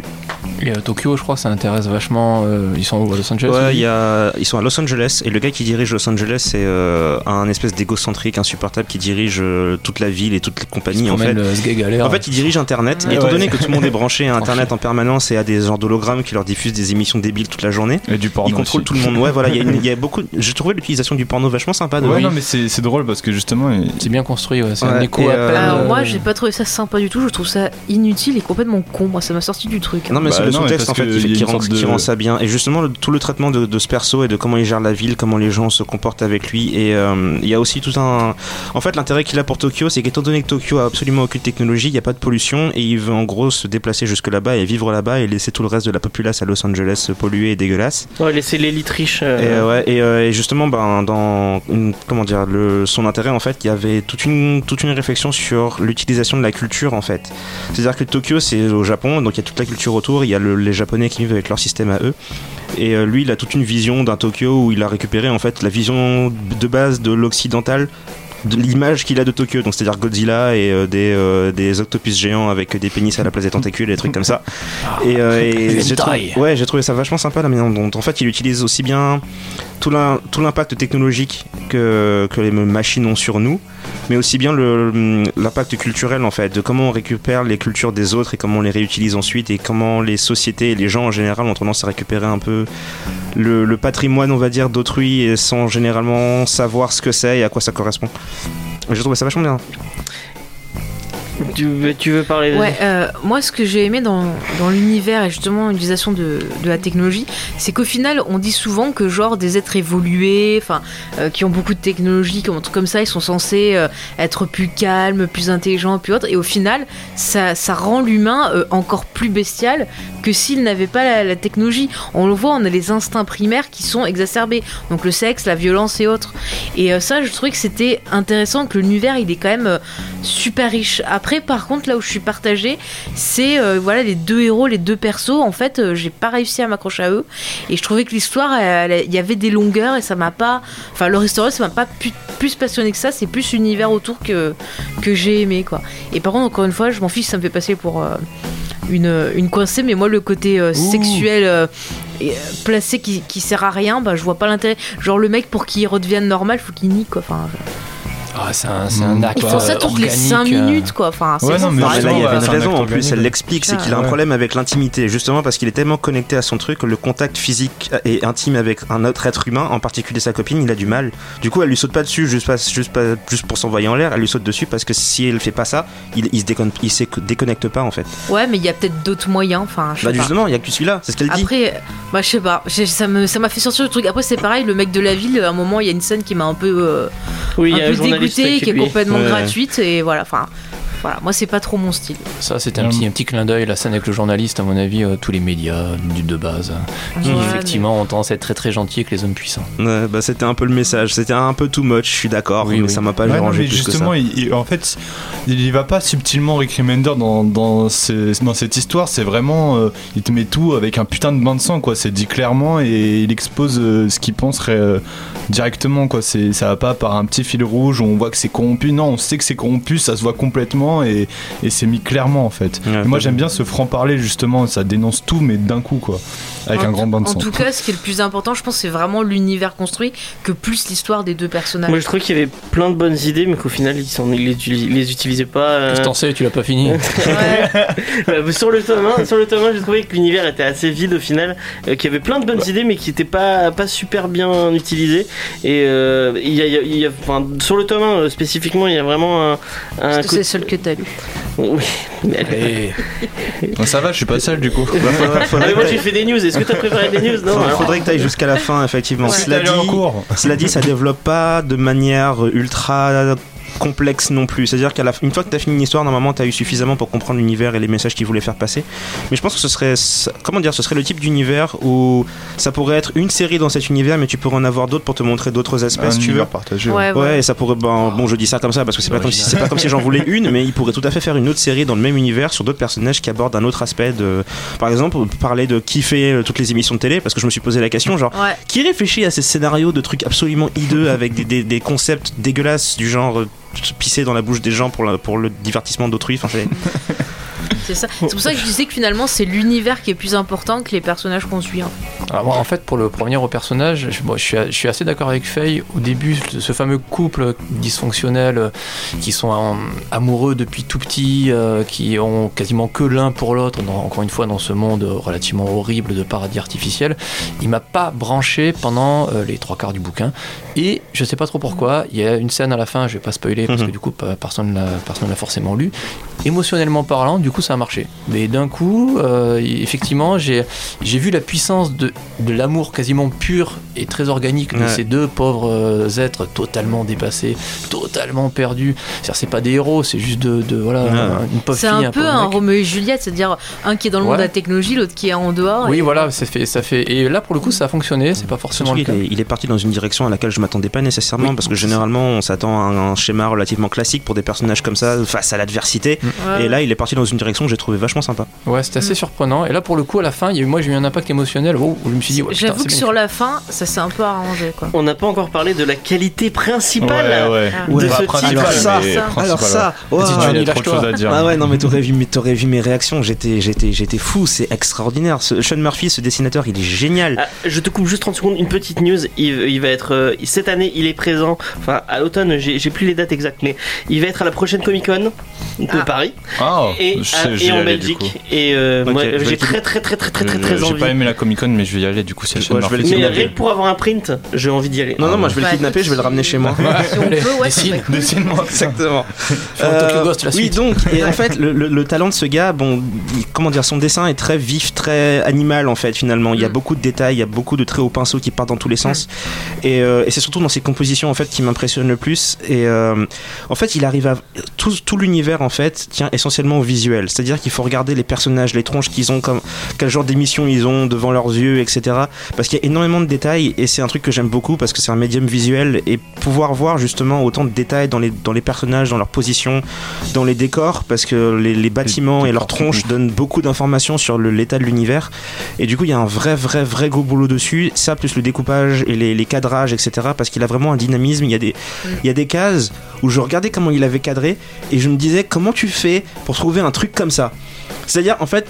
S2: Et euh, Tokyo, je crois, ça intéresse vachement. euh, ils sont où, à Los Angeles
S5: Ouais,
S2: ils
S5: il y a... ils sont à Los Angeles et le gars qui dirige Los Angeles, c'est euh, un espèce d'égocentrique insupportable qui dirige euh, toute la ville et toutes les
S2: se
S5: compagnies en fait.
S2: promènent, euh, ce gars galère.
S5: En fait, ils dirigent Internet.
S6: Ouais.
S5: Et étant
S6: Ouais.
S5: donné que tout le monde est branché à Internet en permanence et à des genres d'hologrammes qui leur diffusent des émissions débiles toute la journée,
S6: Et du porno.
S5: ils contrôlent
S6: aussi.
S5: tout le monde. Ouais, voilà, il y a une- il y, a beaucoup. J'ai trouvé l'utilisation du porno vachement sympa. De
S6: Ouais,
S5: lui.
S6: non, mais c'est c'est drôle parce que justement. il-
S2: c'est bien construit, ouais. c'est un
S5: Ouais,
S2: écho
S5: et,
S2: à
S5: euh,
S2: peine.
S3: Alors,
S2: euh,
S3: Ah, moi, j'ai pas trouvé ça sympa du tout. Je trouve ça inutile et complètement con. Moi, ça m'a sorti du truc. hein.
S5: Non mais
S6: Bah
S5: c'est le
S6: non, mais
S5: contexte en
S6: parce
S5: fait
S6: que
S5: qui, fait-
S6: il y a
S5: qui
S6: une
S5: rend,
S6: sorte
S5: qui
S6: de-
S5: rend ça bien et justement le- tout le traitement de, de ce perso et de comment il gère la ville, comment les gens se comportent avec lui et euh, il y a aussi tout un en fait l'intérêt qu'il a pour Tokyo c'est qu'étant donné que Tokyo a absolument aucune technologie, il n'y a pas de pollution et il veut en gros se déplacer jusque là-bas et vivre là-bas et laisser tout le reste de la populace à Los Angeles polluée et dégueulasse.
S1: ouais, laisser l'élite riche. euh,
S5: Et, euh, ouais, et, euh, et justement, ben, dans une- comment dire, le, son intérêt, en fait, il y avait toute une, toute une réflexion sur l'utilisation de la culture, en fait. C'est-à-dire que Tokyo, c'est au Japon, donc il y a toute la culture autour, il y a le- les Japonais qui vivent avec leur système à eux. Et euh, lui, il a toute une vision d'un Tokyo où il a récupéré, en fait, la vision de base de l'occidental de l'image qu'il a de Tokyo, donc c'est-à-dire Godzilla et euh, des, euh, des octopus géants avec des pénis à la place des tentacules et des trucs comme ça. Et, euh, et j'ai trouvé, ouais, j'ai trouvé ça vachement sympa la manière dont en fait il utilise aussi bien tout l'im- tout l'impact technologique que, que les machines ont sur nous, mais aussi bien le- l'impact culturel en fait, de comment on récupère les cultures des autres et comment on les réutilise ensuite et comment les sociétés et les gens en général ont tendance à récupérer un peu le, le patrimoine on va dire d'autrui et sans généralement savoir ce que c'est et à quoi ça correspond. J'ai trouvé ça vachement bien.
S1: Tu, veux- tu veux parler
S3: Ouais, euh, moi ce que j'ai aimé dans, dans l'univers et justement l'utilisation de, de la technologie, c'est qu'au final on dit souvent que genre des êtres évolués, enfin euh, qui ont beaucoup de technologie, comme un truc comme ça, ils sont censés euh, être plus calmes, plus intelligents, plus autres, et au final ça, ça rend l'humain euh, encore plus bestial que s'il n'avait pas la, la technologie. On le voit, on a les instincts primaires qui sont exacerbés, donc le sexe, la violence et autres. Et euh, ça je trouvais que c'était intéressant que l'univers il est quand même euh, super riche. Après, par contre, là où je suis partagée, c'est euh, voilà les deux héros, les deux persos. En fait, euh, j'ai pas réussi à m'accrocher à eux et je trouvais que l'histoire, elle- elle- il y avait des longueurs et ça m'a pas. Enfin, leur histoire, ça m'a pas pu- plus passionné que ça. C'est plus l'univers autour que que j'ai aimé quoi. Et par contre, encore une fois, je m'en fiche, ça me fait passer pour euh, une une coincée. Mais moi, le côté euh, sexuel. euh, et, euh, placé qui, qui sert à rien, bah je vois pas l'intérêt. Genre le mec pour qu'il redevienne normal, faut qu'il nie quoi. Enfin,
S2: Ah, c'est un, c'est un
S6: Ils
S2: acte.
S3: ils font ça
S2: euh,
S3: toutes les 5
S2: organique, euh,
S3: minutes quoi. Enfin, c'est
S6: Ouais, non, mais
S5: Non, mais là, il y
S6: Justement,
S5: avait
S6: c'est
S5: une
S6: un
S5: raison
S6: acte
S5: en plus, elle
S6: organique.
S5: l'explique, c'est
S3: Ah,
S5: qu'il a un
S6: Ouais.
S5: problème avec l'intimité, justement parce qu'il est tellement connecté à son truc, le contact physique et intime avec un autre être humain, en particulier sa copine, il a du mal. Du coup, elle lui saute pas dessus juste, pas, juste, pas, juste pour s'envoyer en l'air, elle lui saute dessus parce que si elle fait pas ça, il, il se déconne- il se déconnecte pas en fait.
S3: Ouais, mais il y a peut-être d'autres moyens. Enfin, je sais
S5: Bah,
S3: pas.
S5: justement, il y a que celui-là, c'est ce qu'elle dit.
S3: Après, bah, je sais pas, j'ai- ça me- ça m'a fait sortir le truc. Après, c'est pareil, le mec de la ville, à un moment, il y a une scène qui m'a un peu, euh,
S1: Oui, il y a
S3: un
S1: un
S3: peu
S1: journaliste
S3: dégoûtée, qui est
S1: lui-
S3: complètement
S5: Ouais, ouais.
S3: gratuite, et voilà, enfin, voilà, moi, c'est pas trop mon style.
S2: Ça, c'était un petit, un petit clin d'œil, la scène avec le journaliste, à mon avis, euh, tous les médias du- de base, hein, qui
S3: Ouais,
S2: effectivement ont tendance à être très très gentils avec les hommes puissants.
S5: Ouais, bah, c'était un peu le message, c'était un peu too much, je suis d'accord,
S2: Oui,
S5: mais
S2: oui.
S5: ça m'a pas
S6: Ouais, non,
S5: dérangé
S6: mais
S5: plus que ça.
S6: justement, il- il- en fait, il y va pas subtilement Rick Remender dans, dans, ce- dans cette histoire. C'est vraiment, euh, il te met tout avec un putain de bain de sang, quoi. C'est dit clairement et il expose euh, ce qu'il penserait euh, directement, quoi. C'est, ça va pas par un petit fil rouge où on voit que c'est corrompu. Non, on sait que c'est corrompu, ça se voit complètement et, et c'est mis clairement, en fait.
S5: Ouais,
S6: Et moi,
S5: t'as-
S6: j'aime bien ce franc-parler, justement. Ça dénonce tout, mais d'un coup, quoi. Avec
S3: En
S6: un
S3: tout-
S6: grand bain de
S3: En
S6: sang.
S3: tout cas, ce qui est le plus important, je pense, c'est vraiment l'univers construit que plus l'histoire des deux personnages.
S1: Moi, je trouvais qu'il y avait plein de bonnes idées, mais qu'au final, ils s'en- ils les, utilis- ils les utilisaient pas. euh,
S2: Qu'est-ce que t'en sais, tu l'as pas fini
S3: Ouais.
S1: Euh, sur le tome 1, sur le tome 1, j'ai trouvé que l'univers était assez vide au final, euh, qu'il y avait plein de bonnes idées mais qui n'étaient pas pas super bien utilisées. Et euh, il y a, il y a- il y a- enfin, sur le tome 1 euh, spécifiquement, il y a vraiment un, un
S3: Parce que c'est
S1: côté-
S3: le seul que t'as lu.
S1: Oui, mais elle-
S2: Et
S6: Ça va, je suis pas seul, du coup.
S5: Bah, faudrait-
S1: Ah, mais
S5: faudrait
S1: moi
S5: que
S1: j'ai
S5: t'ailles-
S1: fait des news. Est-ce que t'as préparé des news Non. alors.
S5: Faudrait que t'ailles jusqu'à la fin, effectivement.
S3: Ouais.
S5: Cela
S6: Allez, en
S5: dit,
S6: cours.
S5: Cela dit, ça développe pas de manière ultra complexe non plus. C'est-à-dire qu'à la une fois que t'as fini une histoire, normalement t'as eu suffisamment pour comprendre l'univers et les messages qu'il voulait faire passer. Mais je pense que ce serait, comment dire, ce serait le type d'univers où ça pourrait être une série dans cet univers, mais tu pourrais en avoir d'autres pour te montrer d'autres aspects si tu veux.
S6: partager.
S3: Ouais,
S5: Ouais,
S3: ouais.
S5: et ça pourrait. ben, bon, je dis ça comme ça parce que c'est pas comme si
S2: Original.
S5: c'est pas comme si j'en voulais une, mais il pourrait tout à fait faire une autre série dans le même univers sur d'autres personnages qui abordent un autre aspect de. Par exemple, parler de qui fait euh, toutes les émissions de télé parce que je me suis posé la question, genre
S3: Ouais.
S5: qui réfléchit à ces scénarios de trucs absolument hideux avec des, des- des concepts dégueulasses du genre euh, pisser dans la bouche des gens pour, la- pour le divertissement d'autrui. Enfin, c'est-
S3: c'est ça. C'est pour ça que je disais que finalement, c'est l'univers qui est plus important que les personnages qu'on suit. hein.
S2: Alors Ah, moi, en fait, pour le premier au personnage, je, bon, je suis, je suis assez d'accord avec Faye. Au début, ce- ce fameux couple dysfonctionnel euh, qui sont euh, amoureux depuis tout petit, euh, qui ont quasiment que l'un pour l'autre, dans- encore une fois, dans ce monde relativement horrible de paradis artificiel, il m'a pas branché pendant euh, les trois quarts du bouquin. Et je sais pas trop pourquoi, il y a une scène à la fin, je vais pas spoiler parce que
S5: Mhm.
S2: du coup, pas- personne l'a- personne l'a forcément lu. Émotionnellement parlant, du coup, ça a marché. Mais d'un coup, euh, effectivement, j'ai j'ai vu la puissance de, de l'amour quasiment pur et très organique de
S5: Ouais.
S2: ces deux pauvres euh, êtres totalement dépassés, totalement perdus. C'est-à-dire, c'est pas des héros, c'est juste de, de- voilà,
S5: Ouais.
S2: une pauvre
S3: C'est
S2: fille,
S3: un peu
S2: pauvre
S3: un
S2: mec.
S3: Roméo et Juliette, c'est-à-dire un qui est dans le monde de
S2: Ouais.
S3: la technologie, l'autre qui est en dehors.
S2: Oui,
S3: et-
S2: voilà, ça fait, ça fait. Et là, pour le coup, ça a fonctionné. C'est pas forcément
S5: Surtout,
S2: le
S5: il,
S2: cas.
S5: est, il est parti dans une direction à laquelle je m'attendais pas nécessairement
S2: Oui.
S5: parce que généralement on s'attend à un, un schéma relativement classique pour des personnages comme ça face à l'adversité.
S3: Ouais.
S5: Et là,
S7: Ah.
S5: il est parti dans une direction que j'ai trouvé vachement sympa.
S2: Ouais, c'est assez
S3: Mm.
S2: surprenant. Et là, pour le coup, à la fin, il y a eu- moi, j'ai eu un impact émotionnel. Oh, je me suis dit, ouais, putain,
S3: J'avoue
S2: c'est
S3: que
S2: bien.
S3: sur la fin, ça s'est un peu arrangé quoi.
S1: On n'a pas encore parlé de la qualité principale
S6: ouais.
S1: de
S7: Ouais.
S1: ce
S6: Principale,
S1: titre.
S7: Alors ça,
S6: mais
S3: alors
S6: principale,
S7: Alors ça,
S6: ouais.
S7: ouah.
S6: Si tu
S2: Johnny,
S6: il a trop de
S2: lâche-toi.
S6: choses à dire.
S7: Ah ouais, non, mais t'aurais vu, mais t'aurais vu mes réactions. J'étais, j'étais, j'étais fou. C'est extraordinaire. Ce Sean Murphy, ce dessinateur, il est génial.
S1: Ah, je te coupe juste 30 secondes, une petite news. Il, il va être euh, cette année, il est présent. Enfin, à l'automne, j'ai j'ai plus les dates exactes, mais il va être à la prochaine Comic Con de
S3: Ah.
S1: Paris
S6: Ah,
S1: et,
S6: je
S1: à-
S6: sais, j'y
S1: et en
S6: allais, du coup.
S1: Belgique. Et euh,
S5: Ok,
S1: moi,
S5: je vais
S1: j'ai
S5: quitter.
S1: très très très très très très
S6: Euh,
S1: très
S6: J'ai
S1: envie.
S6: pas aimé la Comic Con, mais je vais y aller du coup. C'est
S5: Ouais,
S6: le
S5: je vais le
S1: Mais
S5: kidnapper.
S1: rien que pour avoir un print, j'ai envie d'y aller.
S5: Non, non, moi je vais
S3: Bah,
S5: le kidnapper, je vais le ramener chez moi.
S3: Si on peut, ouais, ça serait
S2: Dessine.
S3: cool.
S6: Dessine-moi.
S5: Exactement. Euh,
S2: Sur le Tokyo Ghost, la
S5: oui,
S2: suite.
S5: donc, et en fait, le, le- le talent de ce gars, bon, il- comment dire, son dessin est très vif, très animal en fait, finalement. Il y a
S3: Mm.
S5: beaucoup de détails, il y a beaucoup de traits au pinceau qui partent dans tous les
S2: Mm.
S5: sens. Et, euh, et c'est surtout dans ses compositions en fait qui m'impressionne le plus. Et euh, en fait, il arrive à. Tout, tout l'univers en fait tient essentiellement au visuel. C'est-à-dire qu'il faut regarder les personnages, les tronches qu'ils ont, comme, quel genre d'émission ils ont devant leurs yeux, etc. Parce qu'il y a énormément de détails et c'est un truc que j'aime beaucoup parce que c'est un médium visuel et pouvoir voir justement autant de détails dans les, dans les personnages, dans leur position, dans les décors, parce que les, les bâtiments et leurs tronches donnent beaucoup d'informations sur le- l'état de l'univers. Et du coup, il y a un vrai, vrai, vrai gros boulot dessus. Ça, plus le découpage et les, les cadrages, etc. Parce qu'il a vraiment un dynamisme. Il y, a des, il y a des cases où je regardais comment il avait cadré et je me disais comment tu fais pour trouver un truc comme ça. C'est-à-dire, en fait,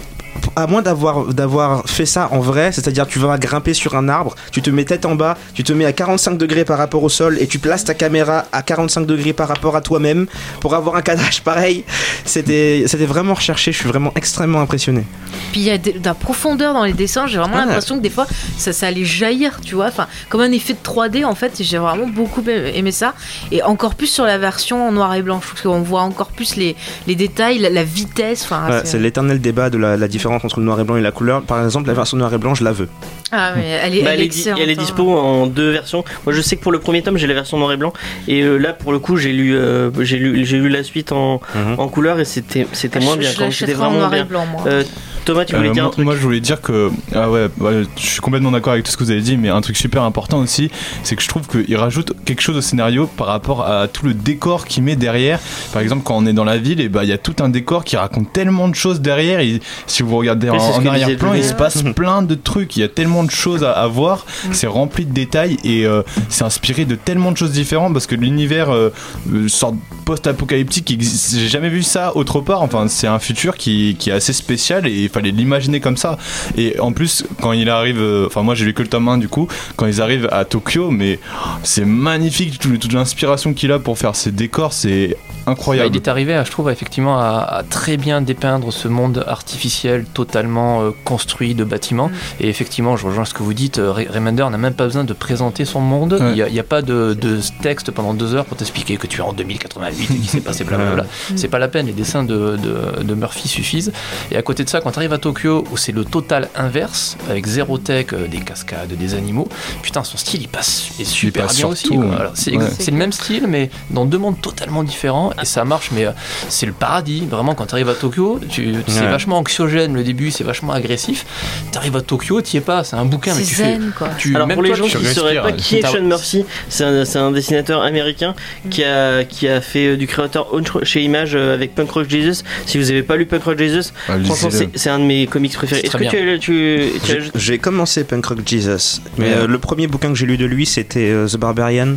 S5: à moins d'avoir d'avoir fait ça en vrai, c'est-à-dire tu vas grimper sur un arbre, tu te mets tête en bas, tu te mets à 45 degrés par rapport au sol et tu places ta caméra à 45 degrés par rapport à toi-même pour avoir un cadrage pareil. C'était c'était vraiment recherché, je suis vraiment extrêmement impressionné.
S3: Puis il y a des- de la profondeur dans les dessins, j'ai vraiment
S5: Ah.
S3: l'impression que des fois ça, ça allait jaillir, tu vois, enfin, comme un effet de 3D en fait, et j'ai vraiment beaucoup aimé aimé ça, et encore plus sur la version en noir et blanc, je trouve qu'on voit encore plus les, les détails, la, la vitesse, enfin,
S5: Ouais,
S3: Ah, c'est-
S5: c'est l'éternel débat de la, la différence entre le noir et blanc et la couleur. Par exemple, la version noir et blanc, je la veux.
S3: ah, mais elle est,
S1: Bah,
S3: elle
S1: elle,
S3: est
S1: est di-
S3: excellente,
S1: elle est
S3: hein.
S1: dispo en deux versions. Moi, je sais que pour le premier tome, j'ai la version noir et blanc. Et euh, là, pour le coup, j'ai lu, euh, j'ai lu, j'ai lu la suite en,
S5: Mhm.
S1: en couleur et c'était, c'était
S3: Ah,
S1: moins
S3: je-
S1: bien.
S3: Je
S1: quand même. C'était
S3: l'achèterai en
S1: vraiment
S3: noir et
S1: bien.
S3: blanc, moi.
S1: Euh, Thomas, tu voulais
S6: Euh,
S1: dire un
S6: moi,
S1: truc
S6: moi, je voulais dire que ah ouais, ouais, je suis complètement d'accord avec tout ce que vous avez dit, mais un truc super important aussi, c'est que je trouve qu'il rajoute quelque chose au scénario par rapport à tout le décor qu'il met derrière. Par exemple, quand on est dans la ville, et bah il y a tout un décor qui raconte tellement de choses derrière. Et si vous regardez
S1: Oui,
S6: en,
S1: c'est ce
S6: en
S1: que disait
S6: arrière-plan, il
S1: Julien.
S6: se passe plein de trucs. Il y a tellement de choses à, à voir.
S1: Mm.
S6: C'est rempli de détails et euh, c'est inspiré de tellement de choses différentes parce que l'univers euh, euh, sort post-apocalyptique. qui existe- J'ai jamais vu ça autre part. Enfin, c'est un futur qui, qui est assez spécial et il fallait l'imaginer comme ça. Et en plus, quand il arrive, euh, enfin, moi j'ai lu que le tome 1 du coup, quand ils arrivent à Tokyo, mais c'est magnifique tout- toute l'inspiration qu'il a pour faire ces décors, c'est
S2: Bah, Il
S6: incroyable.
S2: est arrivé, je trouve, à, effectivement, à, à très bien dépeindre ce monde artificiel totalement euh, construit de bâtiments.
S3: Mm.
S2: Et effectivement, je rejoins ce que vous dites, euh, Ray- Remender n'a même pas besoin de présenter son monde.
S6: Ouais.
S2: Il n'y a, il y a pas de, de texte pendant deux heures pour t'expliquer que tu es en 2088 et qu'il s'est passé blablabla.
S3: Mm.
S2: C'est pas la peine, les dessins de, de- de Murphy suffisent. Et à côté de ça, quand tu arrives à Tokyo, où c'est le total inverse, avec zéro tech, euh, des cascades, des animaux, putain, son style, il passe est super
S6: passe
S2: bien
S6: sur
S2: aussi.
S6: tout,
S2: quoi.
S6: ouais.
S2: Alors, c'est
S6: Ouais.
S2: c'est le même style, mais dans deux mondes totalement différents, et ça marche, mais euh, c'est le paradis. Vraiment, quand tu arrives à Tokyo, tu, c'est
S5: Ouais.
S2: vachement anxiogène le début, c'est vachement agressif. Tu arrives à Tokyo, tu es pas, c'est un bouquin, mais
S3: C'est
S2: tu fais.
S3: zen, quoi.
S2: Tu,
S1: Alors
S2: même
S1: pour les
S2: toi,
S1: gens
S2: tu-
S1: qui ne
S6: respires,
S1: sauraient pas
S6: hein.
S1: qui est
S2: T'as-
S1: Sean Murphy, c'est un, c'est un dessinateur américain
S3: Mm.
S1: qui a, qui a fait euh, du créateur Own Ch- chez Image euh, avec Punk Rock Jesus. Si vous n'avez pas lu Punk Rock Jesus,
S6: Ah, lisez-le.
S1: franchement c'est- c'est un de mes comics préférés.
S2: C'est
S1: Est-ce
S2: très
S1: que tu as, tu, tu as
S5: J'ai-
S1: juste-
S5: J'ai commencé Punk Rock Jesus, mais
S2: Ouais.
S5: euh, le premier bouquin que j'ai lu de lui, c'était euh, The Barbarian.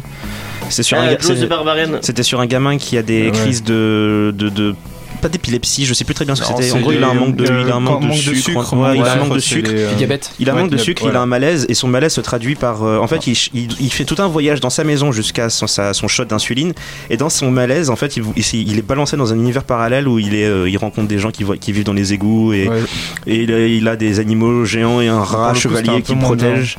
S5: C'est sur un
S1: Ah,
S5: gars-
S1: Joe
S5: c'est-
S1: the Barbarian
S5: C'était sur un gamin qui a des
S6: Ouais.
S5: crises de, de, de- pas d'épilepsie, je sais plus très bien ce que
S6: Non,
S5: c'était. En
S6: c'est
S5: gros, il a un
S6: des-
S5: manque de,
S6: euh,
S5: il a un manque de
S6: manque de
S5: sucre.
S6: sucre,
S5: ouais,
S6: manque
S5: il
S6: de
S5: a un manque de
S6: sucre,
S5: sucre.
S6: c'est des, euh,
S2: du diabète.
S5: Il a un
S6: Ouais,
S5: manque de
S6: diabète,
S5: sucre, il
S6: voilà.
S5: a un malaise et son malaise se traduit par. euh, en fait, il, ch- il, il fait tout un voyage dans sa maison jusqu'à son, sa- son shot d'insuline et dans son malaise, en fait, il, vou- il, il est balancé dans un univers parallèle où il, est, euh, il rencontre des gens qui, voient- qui vivent dans les égouts et,
S6: Ouais.
S5: et il, a, il a des animaux géants et un
S6: le
S5: rat
S6: coup, c'était un
S5: chevalier
S6: peu
S5: qui
S6: moins
S5: protège.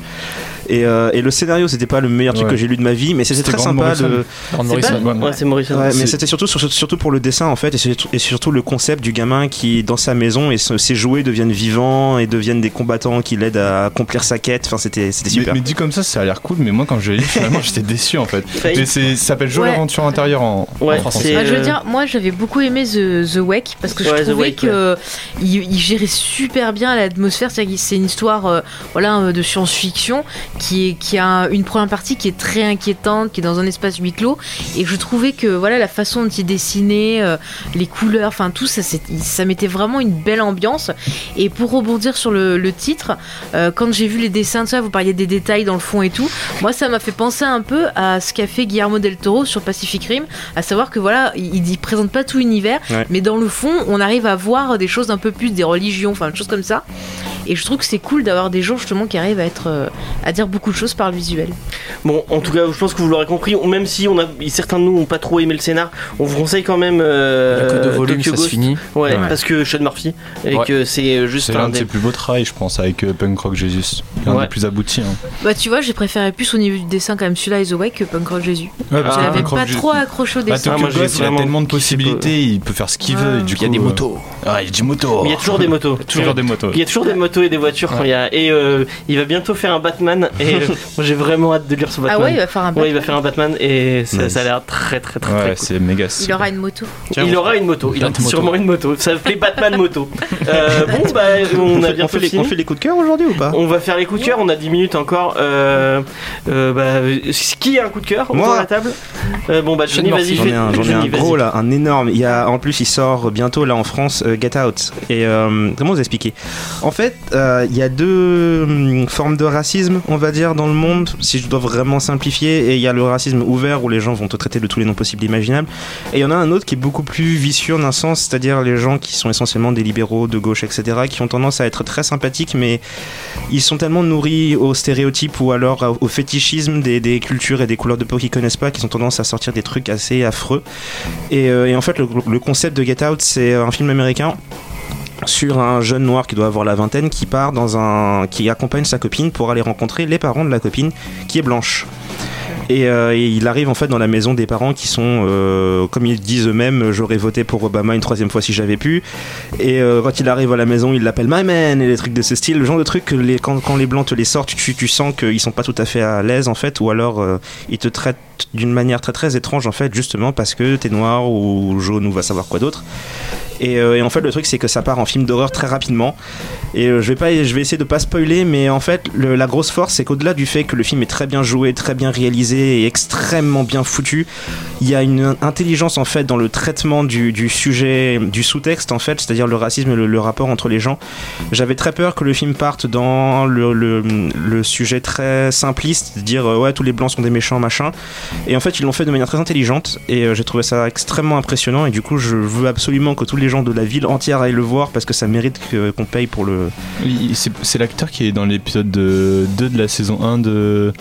S5: Et, euh, et le scénario, c'était pas le meilleur truc
S6: Ouais.
S5: que j'ai lu de ma vie, mais c'était
S6: C'était
S5: très
S6: Grant
S5: sympa.
S6: Morrison.
S5: de-
S2: Grant
S1: C'est
S2: Morrison.
S1: pas-
S6: Morrison.
S1: Ouais, c'est hein. Morrison.
S5: Ouais, mais
S6: C'est-
S5: c'était surtout, sur- surtout pour le dessin en fait, et surtout, et surtout le concept du gamin qui, dans sa maison, et se- ses jouets deviennent vivants et deviennent des combattants qui l'aident à accomplir sa quête. Enfin, c'était c'était
S6: Mais,
S5: super.
S6: mais dit comme ça, ça a l'air cool, mais moi quand je l'ai lu, finalement j'étais déçu en fait.
S1: Failli.
S6: Mais c'est- ça s'appelle Jo
S3: Ouais.
S6: l'aventure intérieure en, en
S1: Ouais,
S6: français.
S1: c'est-
S3: Ah, je veux
S1: euh,
S3: dire, moi j'avais beaucoup aimé The, The Wake parce que je
S1: Ouais, The
S3: trouvais
S1: Wake,
S3: que il, il gérait super bien l'atmosphère. C'est-à-dire qu'il- C'est une histoire euh, voilà, euh, de euh, science-fiction qui, est, qui a une première partie qui est très inquiétante, qui est dans un espace huis clos. Et je trouvais que voilà la façon dont il dessinait, euh, les couleurs, enfin tout ça, c'est- ça mettait vraiment une belle ambiance. Et pour rebondir sur le, le titre, euh, quand j'ai vu les dessins de ça, vous parliez des détails dans le fond et tout. Moi, ça m'a fait penser un peu à ce qu'a fait Guillermo del Toro sur Pacific Rim, à savoir que voilà, il, il présente pas tout l'univers,
S5: Ouais.
S3: mais dans le fond, on arrive à voir des choses un peu plus des religions, enfin des choses comme ça. Et je trouve que c'est cool d'avoir des gens justement qui arrivent à être euh, à dire beaucoup de choses par le visuel.
S1: Bon, en tout cas, je pense que vous l'aurez compris. on- Même si on a, certains de nous n'ont pas trop aimé le scénar, on vous conseille quand même.
S2: Il y
S1: Euh,
S2: a que deux volumes,
S1: Tokyo
S2: ça se
S1: Ghost.
S2: finit.
S1: Ouais,
S6: Ouais.
S1: parce que Sean Murphy et
S2: Ouais.
S1: que c'est euh, juste
S6: C'est l'un
S1: un
S6: de ses
S1: des.
S6: plus beaux travails, je pense, avec euh, Punk Rock Jesus. L'un
S1: Ouais.
S6: des plus aboutis. hein.
S3: Bah tu vois, j'ai préféré plus au niveau du dessin quand même celui-là et The Way que Punk Rock Jésus.
S6: Ouais, parce
S1: Ah,
S6: que
S3: J'avais
S6: Punk Rock
S3: pas
S6: Jesus-
S3: trop accroché au
S6: Bah,
S3: dessin.
S1: Ah,
S6: Tokyo
S1: moi, j'ai
S6: Ghost, il a
S1: vraiment
S6: tellement de
S1: kiffé.
S6: possibilités, il peut faire ce qu'il
S3: Ouais.
S6: veut. et du
S2: Il y a
S6: coup,
S2: des
S6: euh,
S2: motos.
S6: Ah, il y a des motos.
S1: Il y a toujours des motos.
S6: toujours des motos.
S1: Il y a toujours des motos et des voitures quand il y a. Et euh, il va bientôt faire un Batman et euh, moi, j'ai vraiment hâte de lire son
S3: Ah
S1: Batman.
S3: ouais, il va faire un
S1: Ouais, il
S3: Batman.
S1: va faire un Batman et ça,
S6: Nice.
S1: ça a l'air très très très, très
S6: Ouais,
S1: cool.
S6: c'est méga.
S3: Il aura une moto.
S1: Il aura une moto, il a
S2: Bat-moto.
S1: sûrement une moto. Ça s'appelait Batman Moto. Euh, bon, bah, on a
S5: on,
S1: bientôt
S5: fait les,
S1: fini.
S5: on fait les coups de cœur aujourd'hui ou pas
S1: On va faire les coups de cœur, on a 10 minutes encore. Euh, euh, bah, c- qui a un coup de cœur autour
S5: Moi.
S1: de la table Euh, Bon bah Johnny,
S2: J'en ai
S1: vas-y,
S5: J'en ai
S1: fais
S5: un, j'en ai un
S1: Johnny, vas-y.
S5: gros là, un énorme. Il y a, en plus, il sort bientôt là en France euh, Get Out. Et euh, comment vous expliquer En fait, euh, il y a deux hum, formes de racisme, on va dire, dans le monde, si je dois vraiment simplifier. Et il y a le racisme ouvert où les gens vont te traiter de tous les noms possibles et imaginables. Et il y en a un autre qui est beaucoup plus vicieux en un sens, c'est-à-dire les gens qui sont essentiellement des libéraux, de gauche, etc., qui ont tendance à être très sympathiques, mais ils sont tellement nourris aux stéréotypes ou alors au- au fétichisme des, des cultures et des couleurs de peau qu'ils connaissent pas, qu'ils ont tendance à sortir des trucs assez affreux. Et, euh, et en fait, le, le concept de Get Out, c'est un film américain sur un jeune noir qui doit avoir la vingtaine qui part dans un qui accompagne sa copine pour aller rencontrer les parents de la copine qui est blanche et, euh, et il arrive en fait dans la maison des parents qui sont euh, comme ils disent eux-mêmes j'aurais voté pour Obama une troisième fois si j'avais pu et euh, quand il arrive à la maison il l'appelle my man et des trucs de ce style le genre de truc que les, quand, quand les blancs te les sortent tu, tu sens qu'ils sont pas tout à fait à l'aise en fait ou alors euh, ils te traitent d'une manière très très étrange en fait justement parce que t'es noir ou jaune ou va savoir quoi d'autre et, euh, et en fait, le truc, c'est que ça part en film d'horreur très rapidement. Et euh, je vais pas, je vais essayer de pas spoiler, mais en fait, le- la grosse force, c'est qu'au-delà du fait que le film est très bien joué, très bien réalisé et extrêmement bien foutu, il y a une intelligence en fait dans le traitement du, du sujet, du sous-texte en fait, c'est-à-dire le racisme et le, le rapport entre les gens. J'avais très peur que le film parte dans le, le- le sujet très simpliste, de dire euh, ouais tous les blancs sont des méchants machin. Et en fait, ils l'ont fait de manière très intelligente et euh, j'ai trouvé ça extrêmement impressionnant. Et du coup, je veux absolument que tous les gens de la ville entière aillent le voir parce que ça mérite que- qu'on paye pour le.
S6: Il- C'est c'est l'acteur qui est dans l'épisode de- 2 de la saison 1 de,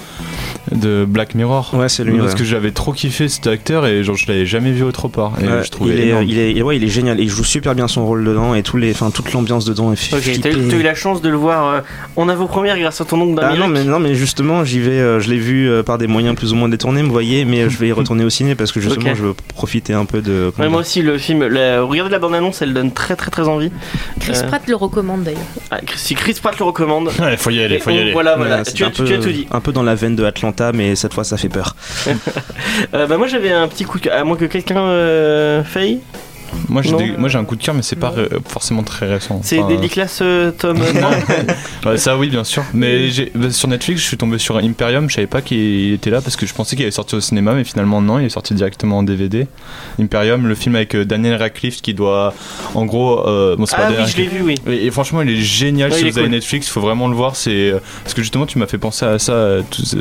S6: de Black Mirror.
S5: Ouais, c'est
S6: Parce que j'avais trop kiffé cet acteur et genre je l'avais jamais vu autre part. Et je trouvais
S5: il, est,
S6: énorme.
S1: euh,
S5: il, est, ouais, il est génial, il joue super bien son rôle dedans et tous les, enfin, toute l'ambiance dedans est
S1: Ok, t'as eu,
S5: flippée.
S1: t'as eu la chance de le voir euh, en avant-première grâce à ton oncle
S5: Ah
S1: Damien.
S5: non mais, non mais justement j'y vais, euh, je l'ai vu euh, par des moyens plus ou moins détournés, vous voyez, mais euh, je vais y retourner au ciné parce que justement
S1: Ok.
S5: je veux profiter un peu de...
S1: Ouais, moi aussi, le film, la- regardez la bande-annonce, elle donne très très très envie.
S3: Chris
S1: Euh.
S3: Pratt le recommande d'ailleurs.
S1: Ah, Chris- si Chris Pratt le recommande.
S6: Ouais, faut y aller, faut y
S1: on-
S6: aller.
S1: Voilà, Ah, voilà,
S5: Ouais, c'est
S1: tu, as,
S5: un peu,
S1: tu as tout dit.
S5: Un peu dans la veine de Atlanta, mais cette fois ça fait peur.
S1: Euh, bah, moi j'avais un petit coup de cœur, à moins que quelqu'un euh, faille.
S6: Moi j'ai
S1: Non.
S6: des- moi, j'ai un coup de cœur, mais c'est pas euh, forcément très récent.
S1: C'est
S5: Bah.
S6: Enfin,
S1: Daily Class euh, Tom. euh,
S6: Non. Ouais, ça oui bien sûr mais j'ai- bah, sur Netflix je suis tombé sur Imperium je savais pas qu'il était là parce que je pensais qu'il avait sorti au cinéma mais finalement non il est sorti directement en DVD Imperium le film avec euh, Daniel Radcliffe qui doit en gros euh, bon, c'est pas
S1: ah
S6: Daniel
S1: oui, je l'ai
S6: Radcliffe.
S1: vu, oui.
S6: et, et franchement il est génial
S1: Ouais,
S6: si
S1: il est
S6: vous avez
S1: cool.
S6: Netflix faut vraiment le voir c'est euh, parce que justement tu m'as fait penser à ça à tous ces-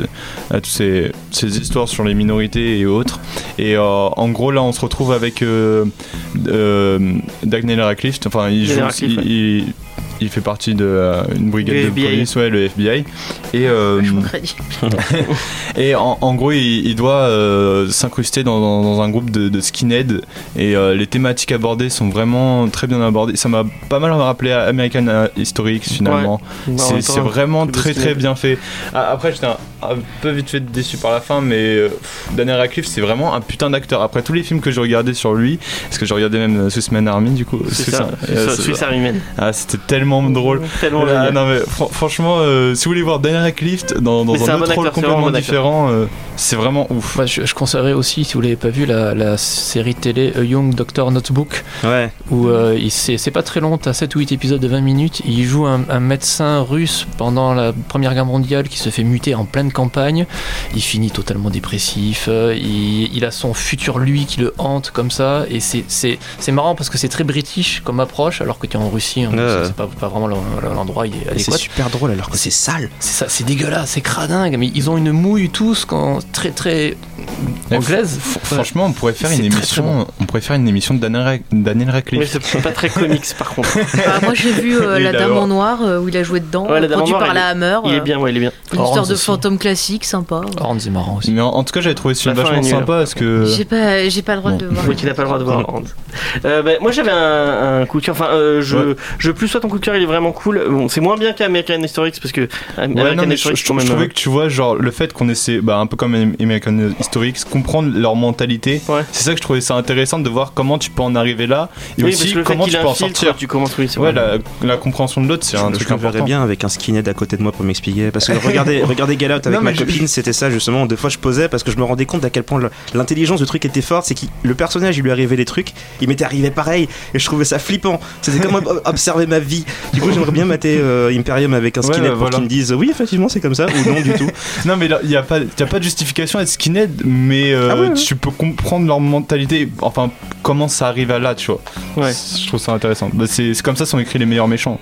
S6: à toutes ces, ces histoires sur les minorités et autres et euh, en gros là on se retrouve avec euh, euh, Daniel Radcliffe enfin il
S1: Daniel
S6: joue
S1: Radcliffe,
S6: il-
S1: ouais.
S6: il- il fait partie de euh, une brigade
S1: Le
S6: de
S1: FBI.
S6: police, ouais, le FBI. Et, euh,
S3: Je m'aurais dit.
S6: et en, en gros, il, il doit euh, s'incruster dans, dans- dans un groupe de, de skinheads. Et euh, les thématiques abordées sont vraiment très bien abordées. Ça m'a pas mal rappelé à American History X, finalement.
S1: Bah, en
S6: C'est
S1: même
S6: c'est
S1: temps,
S6: vraiment
S1: truc de
S6: très très
S1: skinhead.
S6: bien fait. Ah, Après, j'étais un, un peu vite fait déçu par la fin, mais euh, pff, Daniel Radcliffe, c'est vraiment un putain d'acteur. Après tous les films que j'ai regardés sur lui, parce que j'ai regardé même euh, Swiss Man Army, du coup.
S1: C'est
S6: Swiss-
S1: ça,
S6: euh,
S1: Swiss Army Man.
S6: ah, c'était tellement tellement drôle.
S1: Tellement
S6: Ah,
S1: génial.
S6: non, mais fran- franchement, euh, si vous voulez voir Daniel Radcliffe dans, dans
S1: Mais c'est
S6: un
S1: un bon
S6: autre rôle
S1: acteur, c'est vraiment
S6: complètement
S1: un bon acteur.
S6: différent, euh, c'est vraiment ouf.
S2: Moi, je, je conseillerais aussi, si vous l'avez pas vu, la, la série télé A Young Doctor Notebook,
S5: Ouais.
S2: où euh, il- c'est c'est pas très long, t'as 7 ou 8 épisodes de 20 minutes, il joue un, un médecin russe pendant la Première Guerre mondiale qui se fait muter en pleine campagne, il finit totalement dépressif, euh, il, il a son futur lui qui le hante comme ça, et c'est- c'est c'est marrant parce que c'est très british comme approche, alors que tu es en Russie, hein,
S5: Ouais,
S2: c'est-
S5: ouais.
S2: c'est pas, pas vraiment l'en- l'endroit il est
S7: Et C'est
S2: adéquat.
S7: super drôle alors que c'est sale.
S2: C'est ça, c'est dégueulasse, c'est cradingue, mais ils ont une mouille tous quand, très très
S6: Mais
S2: anglaise.
S6: fr- Franchement, on pourrait faire
S2: C'est
S6: une
S2: très,
S6: émission,
S2: très
S6: on pourrait faire une émission de Daniel, Ra- Daniel Radcliffe.
S1: Mais c'est pas très comics par contre.
S3: Bah, moi j'ai vu euh,
S6: Il
S3: La
S6: est
S3: Dame
S6: d'abord.
S3: en Noir euh, où il a joué dedans,
S1: Ouais, La Dame en
S3: produit
S1: Noir,
S3: par
S1: il est-
S3: la Hammer.
S1: Il
S3: euh,
S1: est bien, ouais, il est bien.
S3: Une
S2: Orange
S3: histoire de
S2: aussi.
S3: fantôme classique, sympa.
S2: Horn, c'est marrant aussi.
S6: Mais en, en tout cas, j'avais trouvé ce film
S1: La fin est
S6: vachement
S1: nulle.
S6: sympa parce
S1: Euh.
S6: que.
S3: J'ai pas, j'ai pas le droit de le
S6: Ah
S3: voir.
S1: Oui, tu n'as pas le droit de voir Hans. Euh, bah, moi j'avais un, un coup de cœur, enfin euh, je,
S6: Ouais.
S1: je plus soit ton coup de cœur il est vraiment cool. Bon, c'est moins bien qu'American Historics parce que
S6: Ouais, non,
S1: American
S6: mais je,
S1: Historics
S6: je-
S1: quand
S6: je
S1: même. euh, hein.
S6: trouvais que tu vois, genre le fait qu'on essaie, bah, un peu comme American Historics, comprendre leur mentalité,
S1: Ouais.
S6: c'est ça que je trouvais ça intéressant de voir comment tu peux en arriver là et
S1: oui, parce
S6: aussi
S1: que le fait
S6: comment
S1: qu'il
S6: tu peux en
S1: infiltre,
S6: sortir.
S1: tu commences oui, c'est
S6: Ouais,
S1: vrai.
S6: la, la compréhension de l'autre, c'est
S5: Je
S6: un
S5: me-
S6: truc
S5: je me verrais
S6: important.
S5: bien avec un skinhead à côté de moi pour m'expliquer. Parce que regardez, regardez Get Out avec
S6: Non, mais
S5: ma
S6: je-
S5: copine, c'était ça justement. Des fois, je posais parce que je me rendais compte à quel point le- l'intelligence du truc était forte. C'est que le personnage, il lui arrivait des trucs, il m'était arrivé pareil, et je trouvais ça flippant. C'était comme ob- observer ma vie. Du coup, j'aimerais bien mater euh, Imperium avec un
S6: Ouais,
S5: skinhead
S6: bah,
S5: pour
S6: voilà.
S5: qu'il me dise oui, effectivement, c'est comme ça, ou non du tout.
S6: Non, mais il n'y a, pas- y a pas de justification à être skinhead, mais euh,
S5: Ah ouais, ouais.
S6: tu peux comprendre leur mentalité, enfin, comment ça arrive à là, tu vois.
S1: Ouais.
S6: C'est- Je trouve ça intéressant. Bah, c'est c'est comme ça sont écrits les meilleurs méchants.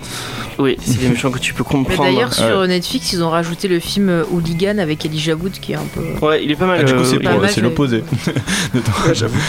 S1: Oui, c'est des méchants que tu peux
S3: Mais
S1: comprendre.
S3: d'ailleurs, sur
S6: Ouais.
S3: Netflix, ils ont rajouté le film euh, Hooligan avec Elijah Wood qui est un peu.
S1: Ouais, il est pas mal.
S6: Ah, du coup,
S1: euh,
S6: c'est
S1: oui.
S3: pas
S6: ouais,
S3: mal,
S6: c'est
S3: mais-
S6: l'opposé. J'avoue.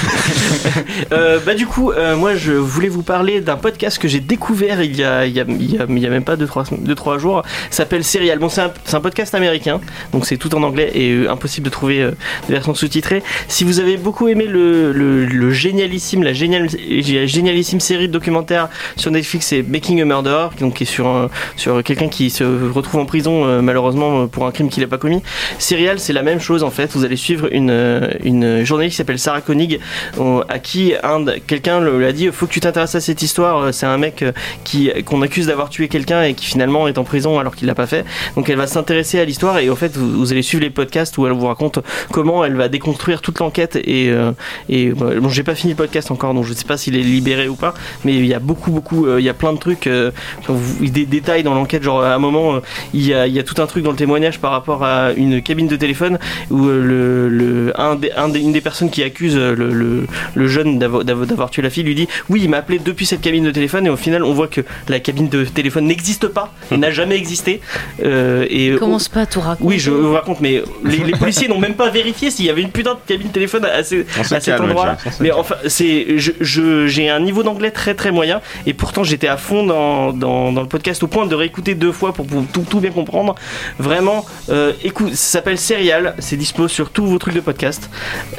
S1: Euh, bah du coup, euh, moi je voulais vous parler d'un podcast que j'ai découvert il y a, il y a, il y a- il y a même pas 2-3 jours. Ça s'appelle Serial. Bon, c'est un, c'est un podcast américain, donc c'est tout en anglais et euh, impossible de trouver euh, des versions sous-titrées. Si vous avez beaucoup aimé le, le- le génialissime, la, génial- la génialissime série de documentaires sur Netflix, c'est Making a Murderer, donc qui est sur, un- sur quelqu'un qui se retrouve en prison euh, malheureusement pour un crime qu'il n'a pas commis. Serial, c'est la même chose en fait. Vous allez suivre une, euh, une journaliste qui s'appelle Sarah Koenig on- à qui un de- quelqu'un le- l'a dit faut que tu t'intéresses à cette histoire Euh, c'est un mec euh, qui qu'on accuse d'avoir tué quelqu'un et qui finalement est en prison alors qu'il l'a pas fait donc elle va s'intéresser à l'histoire et en fait vous, vous allez suivre les podcasts où elle vous raconte comment elle va déconstruire toute l'enquête et euh, et bah, bon j'ai pas fini le podcast encore donc je sais pas s'il est libéré ou pas mais il y a beaucoup beaucoup euh, il y a plein de trucs euh, vous- des détails dans l'enquête genre à un moment euh, il y, a, il y a tout un truc dans le témoignage par rapport à une cabine de téléphone où euh, le, le un des, un des- une des personnes qui accuse euh, le, le, le jeune d'avo- d'avo- d'avoir tué la fille lui dit oui il m'a appelé depuis cette cabine de téléphone et au final on voit que la cabine de téléphone n'existe pas n'a jamais existé euh, et
S3: Il commence pas à tout raconter.
S1: oui, je vous raconte, mais les, les policiers n'ont même pas vérifié s'il y avait une putain de cabine téléphone à, ces-
S5: On se
S1: à cet
S5: calme,
S1: endroit-là.
S5: James, on se
S1: Mais
S5: calme.
S1: enfin, c'est, je- je- j'ai un niveau d'anglais très très moyen, et pourtant j'étais à fond dans, dans, dans le podcast au point de réécouter deux fois pour, pour tout, tout bien comprendre. Vraiment, euh, écoute, ça s'appelle Serial, c'est dispo sur tous vos trucs de podcast.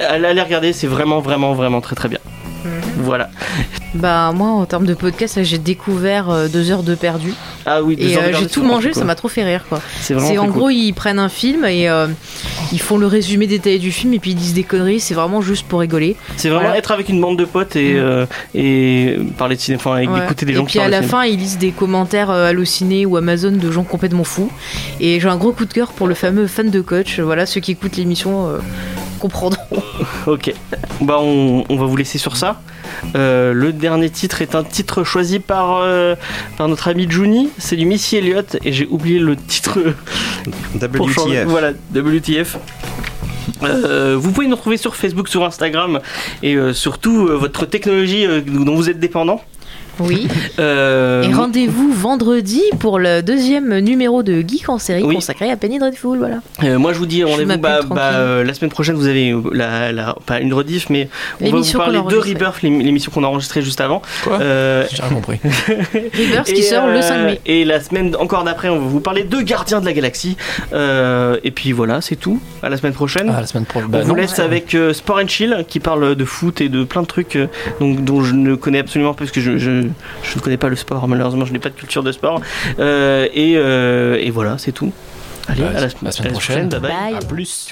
S1: Allez, allez regarder, c'est vraiment vraiment vraiment très très bien.
S3: Mhm.
S1: Voilà.
S3: Bah, moi, en termes de podcast, là, j'ai découvert euh, deux heures de perdu.
S1: Ah oui, deux heures
S3: Et
S1: de
S3: euh, j'ai
S1: garde, c'est
S3: tout mangé,
S1: vraiment
S3: ça
S1: cool.
S3: m'a trop fait rire, quoi.
S1: C'est
S3: C'est
S1: vraiment
S3: en
S1: très cool.
S3: gros, ils prennent un film et euh, ils font le résumé détaillé du film et puis ils disent des conneries. C'est vraiment juste pour rigoler.
S1: C'est vraiment
S3: Voilà. Mhm.
S1: être avec une bande de potes et, euh, et parler de cinéma, enfin, avec-
S3: Ouais.
S1: d'écouter des
S3: et
S1: gens qui
S3: puis
S1: parlent
S3: à
S1: de
S3: la
S1: cinéma.
S3: fin, ils lisent des commentaires euh, hallucinés ou Amazon de gens complètement fous. Et j'ai un gros coup de cœur pour le fameux fan de coach. Voilà, ceux qui écoutent l'émission euh, comprendront.
S1: Ok, bah on, on va vous laisser sur ça. Euh, le dernier titre est un titre choisi par, euh, par notre ami Juni, c'est du Missy Elliott et j'ai oublié le titre pour changer.
S5: WTF.
S1: Voilà, WTF. Euh, vous pouvez nous retrouver sur Facebook, sur Instagram et euh, surtout euh, votre technologie euh, dont vous êtes dépendant.
S3: Oui.
S1: Euh,
S3: Et rendez-vous vendredi pour le deuxième numéro de Geek en série
S1: Oui.
S3: consacré à Penny Dreadful. Voilà.
S1: euh, moi je vous dis rendez-vous
S3: m'appelle
S1: bah,
S3: tranquille.
S1: bah, euh, la semaine prochaine vous avez euh, la, la- pas une rediff mais on va vous
S3: L'émission qu'on
S1: parler
S3: a
S1: de
S3: enregistrée.
S1: Rebirth, l'ém- l'émission qu'on a enregistrée juste avant.
S2: Quoi
S1: Euh,
S2: J'ai rien compris.
S3: Rivers qui
S1: Et,
S3: sort
S1: euh,
S3: le 5 mai.
S1: Et la semaine encore d'après, on va vous parler de Gardiens de la Galaxie. Euh, et puis voilà, c'est tout. À la semaine prochaine.
S2: Ah, la semaine prochaine.
S1: on
S2: Bah,
S1: vous
S2: non.
S1: laisse avec euh, Sport and Chill qui parle de foot et de plein de trucs euh, donc, dont je ne connais absolument pas parce que je, je, je ne connais pas le sport. Malheureusement, je n'ai pas de culture de sport. Euh, et, euh, et voilà, c'est tout. Allez,
S2: Bah,
S1: à la, à la semaine prochaine. Bye bye.
S3: Bye.
S2: À plus.